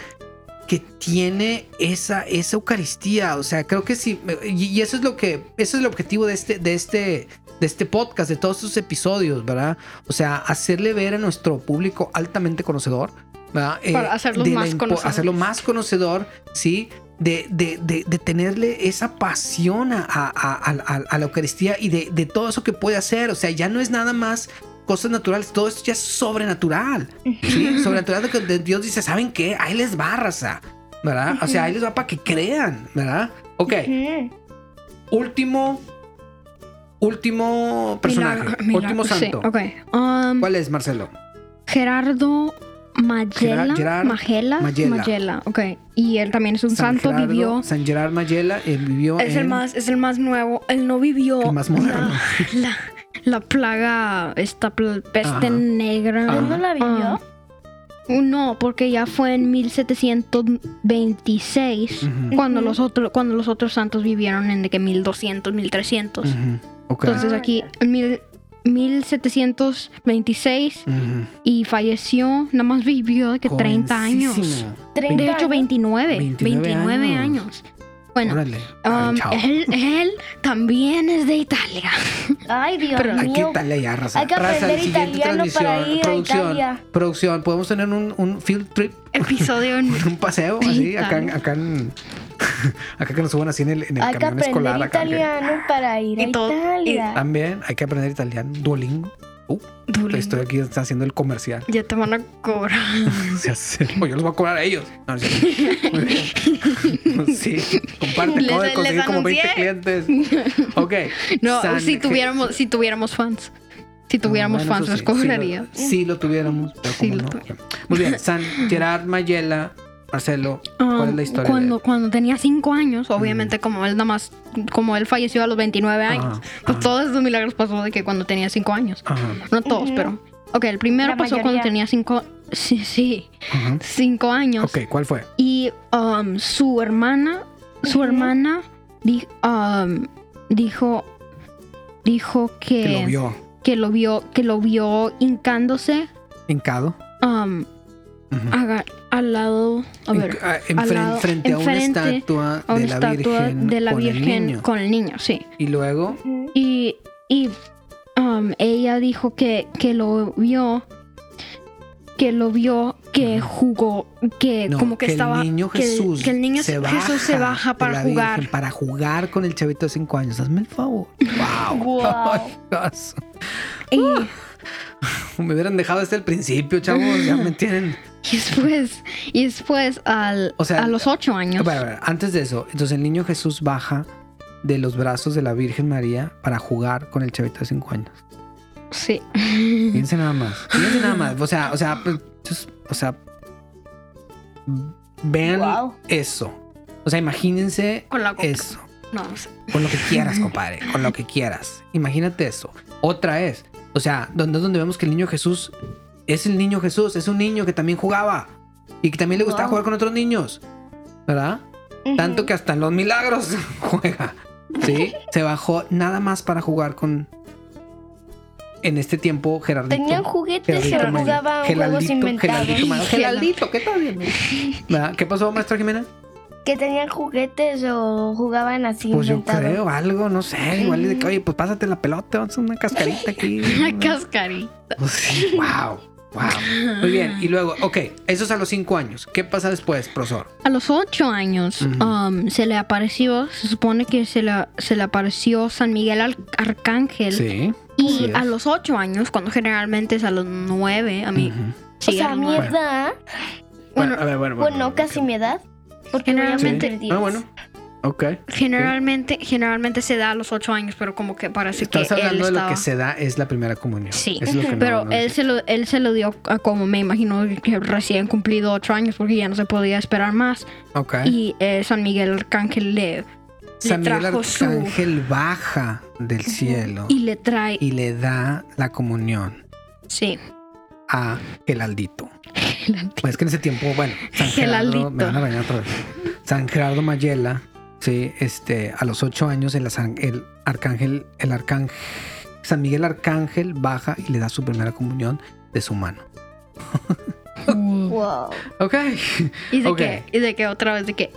Speaker 2: que tiene esa, esa Eucaristía, o sea, creo que sí y, y eso es lo que eso es el objetivo de este de este de este podcast, de todos estos episodios, ¿verdad? O sea, hacerle ver a nuestro público altamente conocedor, ¿verdad? Eh,
Speaker 1: Para hacerlos
Speaker 2: de la
Speaker 1: más
Speaker 2: impo-
Speaker 1: conocedores.
Speaker 2: Hacerlo más conocedor, ¿sí? De, de, de, de tenerle esa pasión a, a- a- a- a la Eucaristía y de, de todo eso que puede hacer. O sea, ya no es nada más cosas naturales, todo esto ya es sobrenatural. ¿sí? sobrenatural de que de- Dios dice, ¿saben qué? Ahí les va, raza. ¿Verdad? O sea, ahí les va para que crean, ¿verdad? Ok,
Speaker 3: Ujú.
Speaker 2: último, último personaje,
Speaker 1: Milagro- milagro,
Speaker 2: último
Speaker 1: sí,
Speaker 2: santo.
Speaker 1: ok. Um,
Speaker 2: ¿Cuál es, Marcelo?
Speaker 1: Gerardo Magela.
Speaker 2: Gerard- Gerard
Speaker 1: Magela.
Speaker 2: Magela.
Speaker 1: Magela, ok. Y él también es un santo,
Speaker 2: Gerardo-
Speaker 1: vivió.
Speaker 2: San Gerard Mayela eh, vivió
Speaker 1: Es el
Speaker 2: en-
Speaker 1: más, es el más nuevo. Él no vivió
Speaker 2: El más moderno.
Speaker 1: La, la- la plaga, esta pl- peste
Speaker 2: Ajá.
Speaker 1: negra.
Speaker 2: Ajá.
Speaker 3: ¿Él no la
Speaker 1: Ah, Uh,
Speaker 3: vivió?
Speaker 1: no, porque ya fue en 1726
Speaker 2: Ujú.
Speaker 1: cuando
Speaker 3: Ujú.
Speaker 1: los otros cuando los otros santos vivieron en de que 1200, 1300.
Speaker 2: Ujú, ok.
Speaker 1: Entonces
Speaker 3: Ah,
Speaker 1: aquí
Speaker 3: ya.
Speaker 1: en mil- 1726
Speaker 2: Ujú.
Speaker 1: y falleció, nada más vivió de que 30 años.
Speaker 2: Jovencísimo.
Speaker 1: De
Speaker 3: 30
Speaker 1: hecho,
Speaker 3: años.
Speaker 1: 29. 29,
Speaker 2: 29
Speaker 1: años. Bueno,
Speaker 2: Órale.
Speaker 1: um,
Speaker 2: Ay, chao.
Speaker 1: él, él también es de Italia.
Speaker 3: Ay, Dios
Speaker 1: Pero-
Speaker 2: Hay que
Speaker 3: mío.
Speaker 2: Italia ya, raza.
Speaker 3: Hay que
Speaker 2: Raza,
Speaker 3: aprender
Speaker 2: la siguiente
Speaker 3: italiano
Speaker 2: transmisión.
Speaker 3: para ir a
Speaker 2: producción,
Speaker 3: Italia.
Speaker 2: producción. ¿Podemos tener un, un field trip?
Speaker 1: Episodio en-
Speaker 2: Un paseo
Speaker 1: Sí,
Speaker 2: así, acá,
Speaker 1: Italia.
Speaker 2: acá en- acá que nos suban así en el, en el
Speaker 3: Hay que
Speaker 2: camión
Speaker 3: aprender
Speaker 2: escolar. acá que-
Speaker 3: italiano para ir a
Speaker 1: Y todo- y-
Speaker 3: Italia.
Speaker 2: también hay que aprender italiano. Duolingo. Uh,
Speaker 1: Duolingo.
Speaker 2: Estoy aquí está haciendo el comercial.
Speaker 1: Ya te van a cobrar.
Speaker 2: Se hace- o yo los voy a cobrar a ellos. No, no es cierto. Muy bien. sí, comparte. Acabo de
Speaker 1: Les- les
Speaker 2: conseguir como 20 clientes. Ok.
Speaker 1: No,
Speaker 2: San
Speaker 1: si
Speaker 2: Ge-
Speaker 1: tuviéramos, si tuviéramos fans. Si tuviéramos
Speaker 2: Bueno,
Speaker 1: fans,
Speaker 2: eso
Speaker 1: los
Speaker 2: sí,
Speaker 1: cobraría.
Speaker 2: Sí, lo, sí lo tuviéramos, pero
Speaker 1: Sí
Speaker 2: como
Speaker 1: lo
Speaker 2: no.
Speaker 1: tuvi-
Speaker 2: Muy bien, San Gerard Mayela, Marcelo, ¿cuál
Speaker 1: Ah,
Speaker 2: es la historia?
Speaker 1: cuando,
Speaker 2: de él?
Speaker 1: cuando tenía 5 años, obviamente como él nada más, como él falleció a los 29
Speaker 2: Ajá,
Speaker 1: años, pues
Speaker 2: ajá.
Speaker 1: todos estos milagros pasó de que cuando tenía 5 años.
Speaker 2: Ajá,
Speaker 1: No todos,
Speaker 3: Ujú.
Speaker 1: pero... Ok, el primero
Speaker 3: La
Speaker 1: pasó cuando
Speaker 3: mayoría.
Speaker 1: tenía 5... Sí, sí,
Speaker 2: ajá.
Speaker 1: 5 años.
Speaker 2: Ok, ¿cuál fue?
Speaker 1: Y um, su hermana, su
Speaker 3: Ujú.
Speaker 1: hermana di- um, dijo, dijo que,
Speaker 2: Que lo vio
Speaker 1: que lo vio, que lo vio hincándose
Speaker 2: hincado.
Speaker 1: um,
Speaker 2: Ujú.
Speaker 1: aga- al lado, a
Speaker 2: En-
Speaker 1: ver,
Speaker 2: ah,
Speaker 1: al
Speaker 2: enfren-
Speaker 1: lado-
Speaker 2: frente a una
Speaker 1: enfrente
Speaker 2: estatua
Speaker 1: a una
Speaker 2: de la
Speaker 1: estatua
Speaker 2: Virgen,
Speaker 1: de la
Speaker 2: con el
Speaker 1: Virgen
Speaker 2: niño.
Speaker 1: con el niño, sí.
Speaker 2: Y luego,
Speaker 3: Ujú.
Speaker 1: Y, y, um, ella dijo que, que lo vio, que lo vio, que jugó, que
Speaker 2: no,
Speaker 1: Eh, como que,
Speaker 2: que
Speaker 1: estaba...
Speaker 2: el niño
Speaker 1: que el-
Speaker 2: Jesús,
Speaker 1: que el niño
Speaker 2: se baja
Speaker 1: Jesús se baja
Speaker 2: de
Speaker 1: para
Speaker 2: la Virgen
Speaker 1: jugar.
Speaker 2: para jugar con el chavito de 5 años. Hazme el favor. Wow.
Speaker 3: Guau.
Speaker 2: Dios.
Speaker 1: Y,
Speaker 2: ¡Ah! Me hubieran dejado desde el principio, chavos. Ya me tienen.
Speaker 1: y después, y después al,
Speaker 2: O sea,
Speaker 1: a los ocho años.
Speaker 2: Bueno, bueno, antes de eso, entonces el niño Jesús baja de los brazos de la Virgen María para jugar con el chavito de 5 años.
Speaker 1: Sí.
Speaker 2: Fíjense nada más. Fíjense nada más. O sea, o sea, pues, just- o sea, vean
Speaker 3: Guau.
Speaker 2: eso. O sea, imagínense
Speaker 1: Con la coca.
Speaker 2: eso.
Speaker 1: No, no sé.
Speaker 2: Con lo que quieras, compadre. Con lo que quieras. Imagínate eso. Otra es. O sea, donde, donde vemos que el niño Jesús es el niño Jesús. Es un niño que también jugaba. Y que también le gustaba
Speaker 3: Wow.
Speaker 2: jugar con otros niños. ¿Verdad? Tanto que hasta en los milagros juega. Sí, se bajó nada más para jugar con. En este tiempo, Gerardito.
Speaker 3: Tenían juguetes y
Speaker 2: Gerardito Maya.
Speaker 3: jugaban juegos
Speaker 2: Geraldito, Geraldito Maya.
Speaker 3: inventados.
Speaker 2: Geraldito, ¿qué tal? ¿Verdad? ¿Qué pasó, maestra Jimena?
Speaker 3: Que tenían juguetes o jugaban así
Speaker 2: Pues yo
Speaker 3: inventados.
Speaker 2: creo algo, no sé. Igual es de que, oye, pues pásate la pelota, vamos a hacer una cascarita aquí.
Speaker 1: Una cascarita.
Speaker 2: Pues sí, wow. Wow. Muy bien. Y luego, ok, eso es a los cinco años. ¿Qué pasa después, profesor?
Speaker 1: A los ocho años
Speaker 2: Ujú.
Speaker 1: um, se le apareció, se supone que se le, se le apareció San Miguel al Arcángel.
Speaker 2: Sí.
Speaker 1: Y
Speaker 2: así es.
Speaker 1: a los ocho años, cuando generalmente es a los nueve, a mí.
Speaker 2: Ujú.
Speaker 1: sí,
Speaker 3: o sea,
Speaker 1: a
Speaker 3: a
Speaker 1: los
Speaker 3: mi
Speaker 1: nueve.
Speaker 3: edad,
Speaker 2: Bueno,
Speaker 1: Bueno,
Speaker 2: a ver, bueno, bueno,
Speaker 3: bueno,
Speaker 2: bueno,
Speaker 3: casi
Speaker 2: ok.
Speaker 3: mi edad, porque voy a
Speaker 1: Sí.
Speaker 3: meter
Speaker 2: Ah,
Speaker 3: 10.
Speaker 2: bueno. Ok.
Speaker 1: Generalmente, generalmente se da a los ocho años, pero como que parece
Speaker 2: Estás
Speaker 1: que él
Speaker 2: hablando de lo
Speaker 1: estaba.
Speaker 2: que se da es la primera comunión.
Speaker 1: Sí,
Speaker 2: Es lo que no-
Speaker 1: pero
Speaker 2: no
Speaker 1: él
Speaker 2: dice.
Speaker 1: se lo, él se lo dio a como me imagino que recién cumplido ocho años porque ya no se podía esperar más.
Speaker 2: Ok.
Speaker 1: Y eh, San Miguel Arcángel le, le
Speaker 2: San Miguel
Speaker 1: trajo su
Speaker 2: Arcángel baja del cielo
Speaker 1: y le trae.
Speaker 2: y le da la comunión
Speaker 1: sí.
Speaker 2: a Geraldito.
Speaker 1: Geraldito.
Speaker 2: Pues es que en ese tiempo, bueno, San Gerardo,
Speaker 1: Geraldito.
Speaker 2: me van a regañar otra vez. San Gerardo Mayela, sí, este, a los ocho años el, azan- el arcángel, el arcángel, San Miguel Arcángel baja y le da su primera comunión de su mano.
Speaker 3: Wow.
Speaker 2: Ok.
Speaker 1: Y de
Speaker 2: Ok.
Speaker 1: que, y de que otra vez de que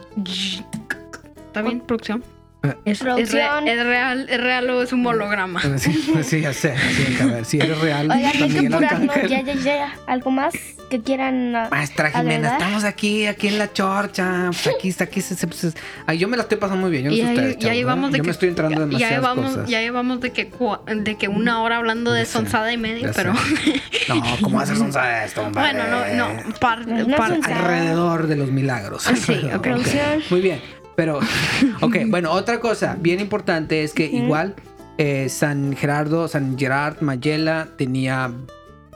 Speaker 1: también producción.
Speaker 2: Eh.
Speaker 1: Es, es re-
Speaker 3: Producción.
Speaker 1: es real, es real o es un holograma.
Speaker 2: Sí, pues sí, ya sé. Sí, a ver, si eres real,
Speaker 3: Oigan,
Speaker 2: San
Speaker 3: hay que
Speaker 2: Miguel
Speaker 3: apurarnos.
Speaker 2: Arcángel.
Speaker 3: Ya, ya, ya. ¿Algo más que quieran? ah?
Speaker 2: Maestra Jimena,
Speaker 3: ¿Agregar?
Speaker 2: estamos aquí, aquí en la chorcha. Pues Aquí está, aquí se, se- se- Ay, yo me la estoy pasando muy bien. Yo no
Speaker 1: Y
Speaker 2: sé
Speaker 1: ya,
Speaker 2: ustedes,
Speaker 1: ya
Speaker 2: chavos, ¿eh?
Speaker 1: llevamos de
Speaker 2: Yo
Speaker 1: que
Speaker 2: me estoy entrando en
Speaker 1: ya, ya
Speaker 2: demasiadas
Speaker 1: llevamos,
Speaker 2: cosas.
Speaker 1: ya llevamos de que cua- de que una hora hablando de
Speaker 2: Ya sé,
Speaker 1: sonzada y media,
Speaker 2: Ya sé.
Speaker 1: pero
Speaker 2: No, ¿cómo vas a sonzar esto, hombre?
Speaker 1: bueno, no, no, par-
Speaker 3: No es
Speaker 1: par-
Speaker 3: sonzada.
Speaker 2: Alrededor de los milagros.
Speaker 1: Ah, sí,
Speaker 2: Alrededor,
Speaker 1: ok.
Speaker 3: Producción.
Speaker 2: Muy bien, pero. Ok, bueno, otra cosa bien importante es que igual eh, San Gerardo, San Gerard Mayela tenía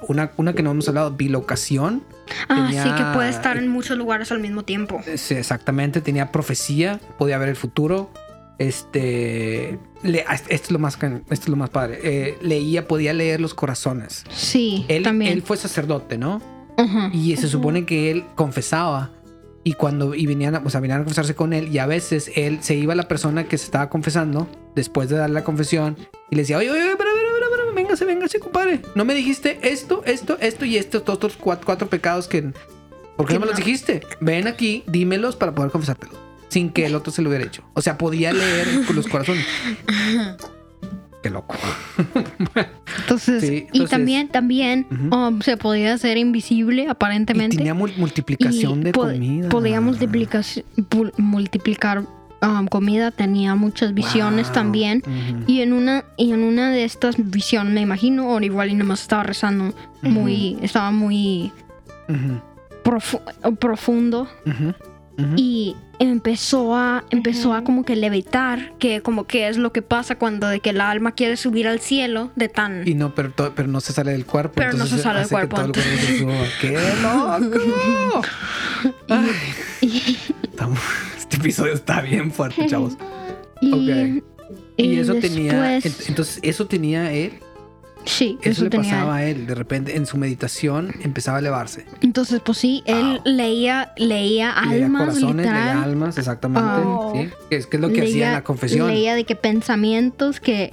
Speaker 2: una, una que no hemos hablado, bilocación.
Speaker 1: Ah,
Speaker 2: Tenía-
Speaker 1: sí que puede estar
Speaker 2: Eh,
Speaker 1: en muchos lugares al mismo tiempo.
Speaker 2: Sí, exactamente, tenía profecía, podía ver el futuro. Este, le- esto es lo más, can- esto es lo más padre. eh, leía, podía leer los corazones.
Speaker 1: Sí,
Speaker 2: Él,
Speaker 1: también.
Speaker 2: él fue sacerdote, ¿no? Y se supone que él confesaba. Y cuando y venían, a- o sea, venían a confesarse con él, y a veces él se iba a la persona que se estaba confesando después de dar la confesión y le decía: Oye, oye, oye, espera, espera, espera, espera, véngase, véngase, compadre. No me dijiste esto, esto, esto y estos todos estos cuatro, cuatro pecados que. ¿Por
Speaker 1: Que
Speaker 2: qué no me los
Speaker 1: no.
Speaker 2: dijiste? Ven aquí, dímelos para poder confesártelos. Sin que el otro se lo hubiera hecho. O sea, podía leer con los corazones. Qué loco.
Speaker 1: Entonces,
Speaker 2: Sí,
Speaker 1: y
Speaker 2: entonces-
Speaker 1: también, también
Speaker 2: Ujú.
Speaker 1: um, se podía hacer invisible
Speaker 2: Y
Speaker 1: aparentemente.
Speaker 2: tenía mul- multiplicación de
Speaker 1: po-
Speaker 2: comida.
Speaker 1: Podía multiplicar, pul- multiplicar um, comida, tenía muchas visiones
Speaker 2: Wow.
Speaker 1: también.
Speaker 2: Ujú.
Speaker 1: Y en una, y en una de estas visiones, me imagino, o igual y nomás estaba rezando muy, estaba muy
Speaker 2: Ujú.
Speaker 1: profu- profundo.
Speaker 2: Ujú. Ujú.
Speaker 1: Y empezó a, empezó a
Speaker 3: Ujú.
Speaker 1: como que levitar, que como que es lo que pasa cuando de que el alma quiere subir al cielo de tan
Speaker 2: Y no, pero, to- pero no se sale del cuerpo.
Speaker 1: Pero no
Speaker 2: entonces
Speaker 1: se sale del
Speaker 2: hace que
Speaker 1: cuerpo,
Speaker 2: todo el se suba. ¡Qué loco! Ay, estamos- este episodio está bien fuerte, chavos.
Speaker 1: Y,
Speaker 2: Ok. Y,
Speaker 1: y
Speaker 2: eso tenía.
Speaker 1: después-
Speaker 2: ent- Entonces, eso tenía él.
Speaker 1: sí,
Speaker 2: Eso,
Speaker 1: eso,
Speaker 2: le
Speaker 1: tenía
Speaker 2: pasaba a él. De repente, en su meditación, empezaba a elevarse.
Speaker 1: él. Entonces, pues sí, él leía, leía
Speaker 2: Y leía
Speaker 1: almas,
Speaker 2: corazones, leía
Speaker 1: literal.
Speaker 2: almas, exactamente.
Speaker 3: Oh.
Speaker 2: ¿sí? Que es, que es lo que hacía en la confesión.
Speaker 1: leía de que pensamientos que,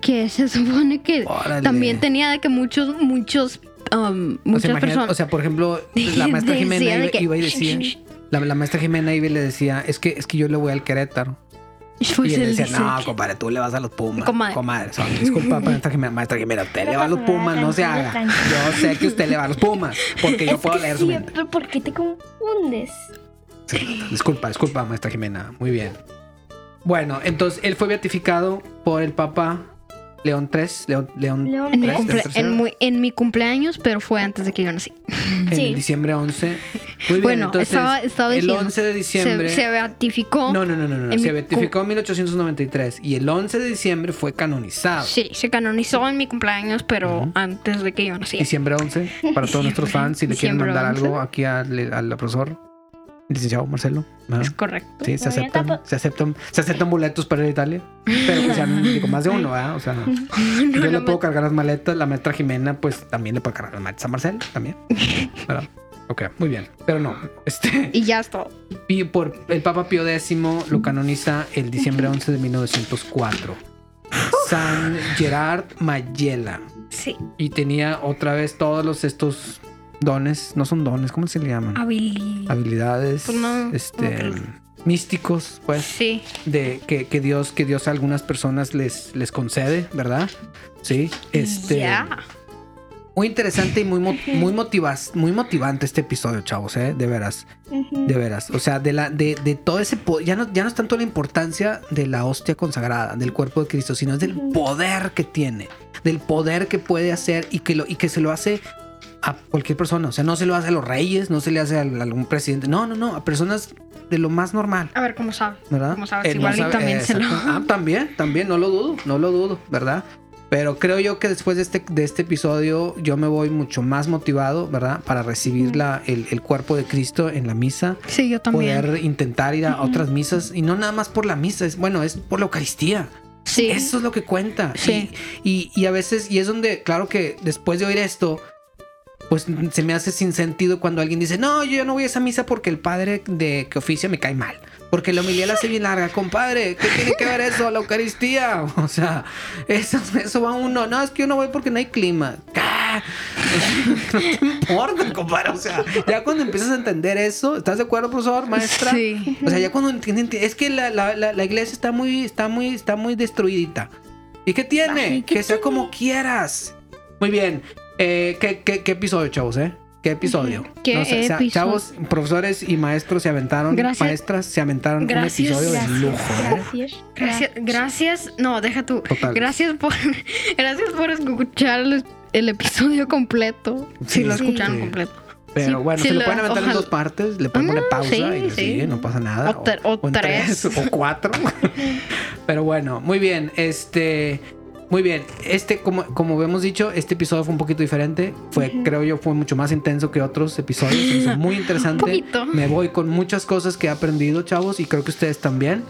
Speaker 1: que se supone que
Speaker 2: Órale.
Speaker 1: también tenía de que muchos, muchos, um,
Speaker 2: O sea,
Speaker 1: muchas
Speaker 2: imagina-
Speaker 1: personas.
Speaker 2: o sea, por ejemplo, la maestra
Speaker 1: decía
Speaker 2: Jimena
Speaker 1: de
Speaker 2: iba,
Speaker 1: que-
Speaker 2: iba y decía, la, la maestra Jimena iba y le decía, es que, es que yo le voy al Querétaro.
Speaker 1: Pues
Speaker 2: y él
Speaker 1: él
Speaker 2: decía,
Speaker 1: dice
Speaker 2: no,
Speaker 1: que-
Speaker 2: compadre, tú le vas a los Pumas. Comadre.
Speaker 1: Comadre.
Speaker 2: o sea, disculpa, maestra Jimena, maestra Jimena, usted
Speaker 3: No
Speaker 2: le va a los
Speaker 3: pasa nada,
Speaker 2: Pumas, no se
Speaker 3: tranquila,
Speaker 2: haga.
Speaker 3: tranquila.
Speaker 2: Yo sé que usted le va a los Pumas, porque yo
Speaker 3: Es
Speaker 2: puedo
Speaker 3: que
Speaker 2: leer su mente.
Speaker 3: siempre, ¿por qué te confundes?
Speaker 2: Sí, disculpa, disculpa, maestra Jimena. Muy bien. Bueno, entonces él fue beatificado por el Papa León III, León, León,
Speaker 3: León
Speaker 1: en mi,
Speaker 3: tres.
Speaker 2: Tres,
Speaker 1: cumple-
Speaker 2: tercero.
Speaker 1: en, muy- en mi cumpleaños, pero fue antes de que yo nací.
Speaker 2: en
Speaker 3: Sí.
Speaker 2: diciembre 11. Muy bien,
Speaker 1: Bueno,
Speaker 2: entonces,
Speaker 1: estaba- estaba
Speaker 2: el
Speaker 1: diciendo,
Speaker 2: 11 de diciembre...
Speaker 1: Se, se beatificó.
Speaker 2: No, no, no, no, no.
Speaker 1: En
Speaker 2: Se
Speaker 1: mi-
Speaker 2: beatificó en 1893 y el 11 de diciembre fue canonizado.
Speaker 1: Sí, se canonizó en mi cumpleaños, pero
Speaker 2: Ujú.
Speaker 1: antes de que yo nací.
Speaker 2: Diciembre 11, para todos nuestros fans, si le quieren
Speaker 1: Diciembre
Speaker 2: mandar
Speaker 1: 11.
Speaker 2: algo aquí al, al profesor, licenciado Marcelo. ¿no?
Speaker 1: Es pues, correcto.
Speaker 2: Sí, se
Speaker 3: Todavía
Speaker 2: aceptan,
Speaker 3: tampoco-
Speaker 2: se aceptan, se aceptan boletos para ir a Italia, pero que sean digo, más de uno, ¿verdad? O sea,
Speaker 1: No,
Speaker 2: yo le
Speaker 1: no
Speaker 2: puedo cargar las maletas, la maestra Jimena, pues también le puede cargar las maletas a Marcelo, también. ¿verdad? Ok, muy bien, pero no, este...
Speaker 1: me- Y ya está.
Speaker 2: Y por el Papa Pío X lo canoniza el diciembre 11 de 1904. San Gerard Mayela.
Speaker 1: Sí.
Speaker 2: Y tenía otra vez todos los, estos dones, no son dones, ¿cómo se le llaman? Ah,
Speaker 1: Habilidad.
Speaker 2: Habilidades
Speaker 1: Pues no,
Speaker 2: este,
Speaker 1: como que-
Speaker 2: místicos, pues,
Speaker 1: Sí.
Speaker 2: de que, que Dios, que Dios a algunas personas les, les concede, ¿verdad? Sí. Este.
Speaker 1: Ya.
Speaker 2: Muy interesante y muy, mo- muy, motivas, muy motivante este episodio, chavos, ¿eh? De veras,
Speaker 3: Ujú.
Speaker 2: de veras. O sea, de, la, de, de todo ese... po- Ya no, ya no es tanto la importancia de la hostia consagrada, del cuerpo de Cristo, sino es del
Speaker 3: Ujú.
Speaker 2: poder que tiene, del poder que puede hacer y que, lo, y que se lo hace a cualquier persona. O sea, no se lo hace a los reyes, no se le hace a algún presidente. No, no, no, a personas de lo más normal.
Speaker 1: A ver cómo sabe.
Speaker 2: ¿verdad?
Speaker 1: Como sabes,
Speaker 2: Eh,
Speaker 1: igual y también se lo-
Speaker 2: exacto. Ah, también, también, no lo dudo, no lo dudo, ¿verdad? Pero creo yo que después de este, de este episodio yo me voy mucho más motivado, ¿verdad? Para recibir la, el, el cuerpo de Cristo en la misa,
Speaker 1: Sí, yo también.
Speaker 2: poder intentar ir a otras misas y no nada más por la misa, es bueno, es por la Eucaristía.
Speaker 1: Sí.
Speaker 2: Eso es lo que cuenta.
Speaker 1: Sí.
Speaker 2: Y, y- y a veces, y es donde, claro que después de oír esto, pues se me hace sin sentido cuando alguien dice, no, yo ya no voy a esa misa porque el padre de que oficia me cae mal. Porque la homilía la hace bien larga, compadre. ¿Qué tiene que ver eso? La Eucaristía. O sea, eso, eso va uno. No, es que yo no voy porque no hay clima. ¡Ah! No te importa, compadre. O sea, ya cuando empiezas a entender eso, ¿estás de acuerdo, profesor, maestra?
Speaker 1: Sí.
Speaker 2: O sea, ya cuando entienden, enti- es que la, la- la- la iglesia está muy, está muy, está muy destruidita. ¿Y qué tiene?
Speaker 3: Ay,
Speaker 2: que
Speaker 3: ¿qué
Speaker 2: sea como quieras. Muy bien. Eh, ¿qué, qué, qué episodio, chavos, eh? ¿Qué episodio?
Speaker 1: ¿Qué
Speaker 2: o sea,
Speaker 1: episodio?
Speaker 2: Chavos, profesores y maestros se aventaron,
Speaker 1: Gracias.
Speaker 2: maestras se aventaron
Speaker 1: Gracias.
Speaker 2: un episodio de
Speaker 3: Gracias,
Speaker 2: lujo, ¿eh?
Speaker 3: gracias.
Speaker 1: Gracias, gracias. No, deja tú.
Speaker 2: Total.
Speaker 1: Gracias por, gracias por escuchar el, el episodio completo.
Speaker 2: Sí,
Speaker 1: si lo
Speaker 2: sí.
Speaker 1: escucharon
Speaker 2: Sí.
Speaker 1: completo.
Speaker 2: Pero
Speaker 1: Sí,
Speaker 2: bueno,
Speaker 1: sí
Speaker 2: se lo
Speaker 1: lo-
Speaker 2: pueden aventar en
Speaker 1: ojalá.
Speaker 2: dos partes, le pueden poner
Speaker 1: Ah,
Speaker 2: pausa
Speaker 1: sí,
Speaker 2: y le
Speaker 1: sí.
Speaker 2: siguen, no pasa nada.
Speaker 1: O tre- o
Speaker 2: en
Speaker 1: tres.
Speaker 2: o cuatro. Pero bueno, muy bien. Este, muy bien. Este, como, como hemos dicho, este episodio fue un poquito diferente. Fue, creo yo, fue mucho más intenso que otros episodios. se me hizo muy interesante.
Speaker 1: poquito.
Speaker 2: Me voy con muchas cosas que he aprendido, chavos, y creo que ustedes también.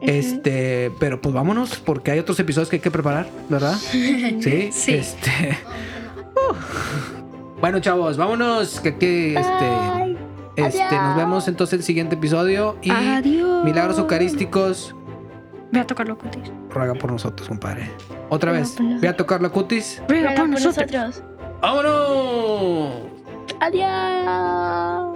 Speaker 2: Este, pero pues vámonos, porque hay otros episodios que hay que preparar, ¿verdad? Sí.
Speaker 1: Sí.
Speaker 2: Este. Uh. Bueno, chavos, vámonos. Que aquí, este,
Speaker 3: Bye.
Speaker 2: este, nos
Speaker 3: Adiós.
Speaker 2: vemos entonces en el siguiente episodio. Y
Speaker 1: Adiós.
Speaker 2: milagros eucarísticos,
Speaker 1: Ve a tocarlo cutis.
Speaker 2: ruega por nosotros, compadre. Otra
Speaker 3: Ruega
Speaker 2: vez,
Speaker 3: por nosotros.
Speaker 2: voy a tocar la cutis.
Speaker 1: Ruega
Speaker 3: Ruega
Speaker 1: por
Speaker 3: por
Speaker 1: nosotros.
Speaker 3: nosotros.
Speaker 2: ¡Vámonos!
Speaker 3: Adiós.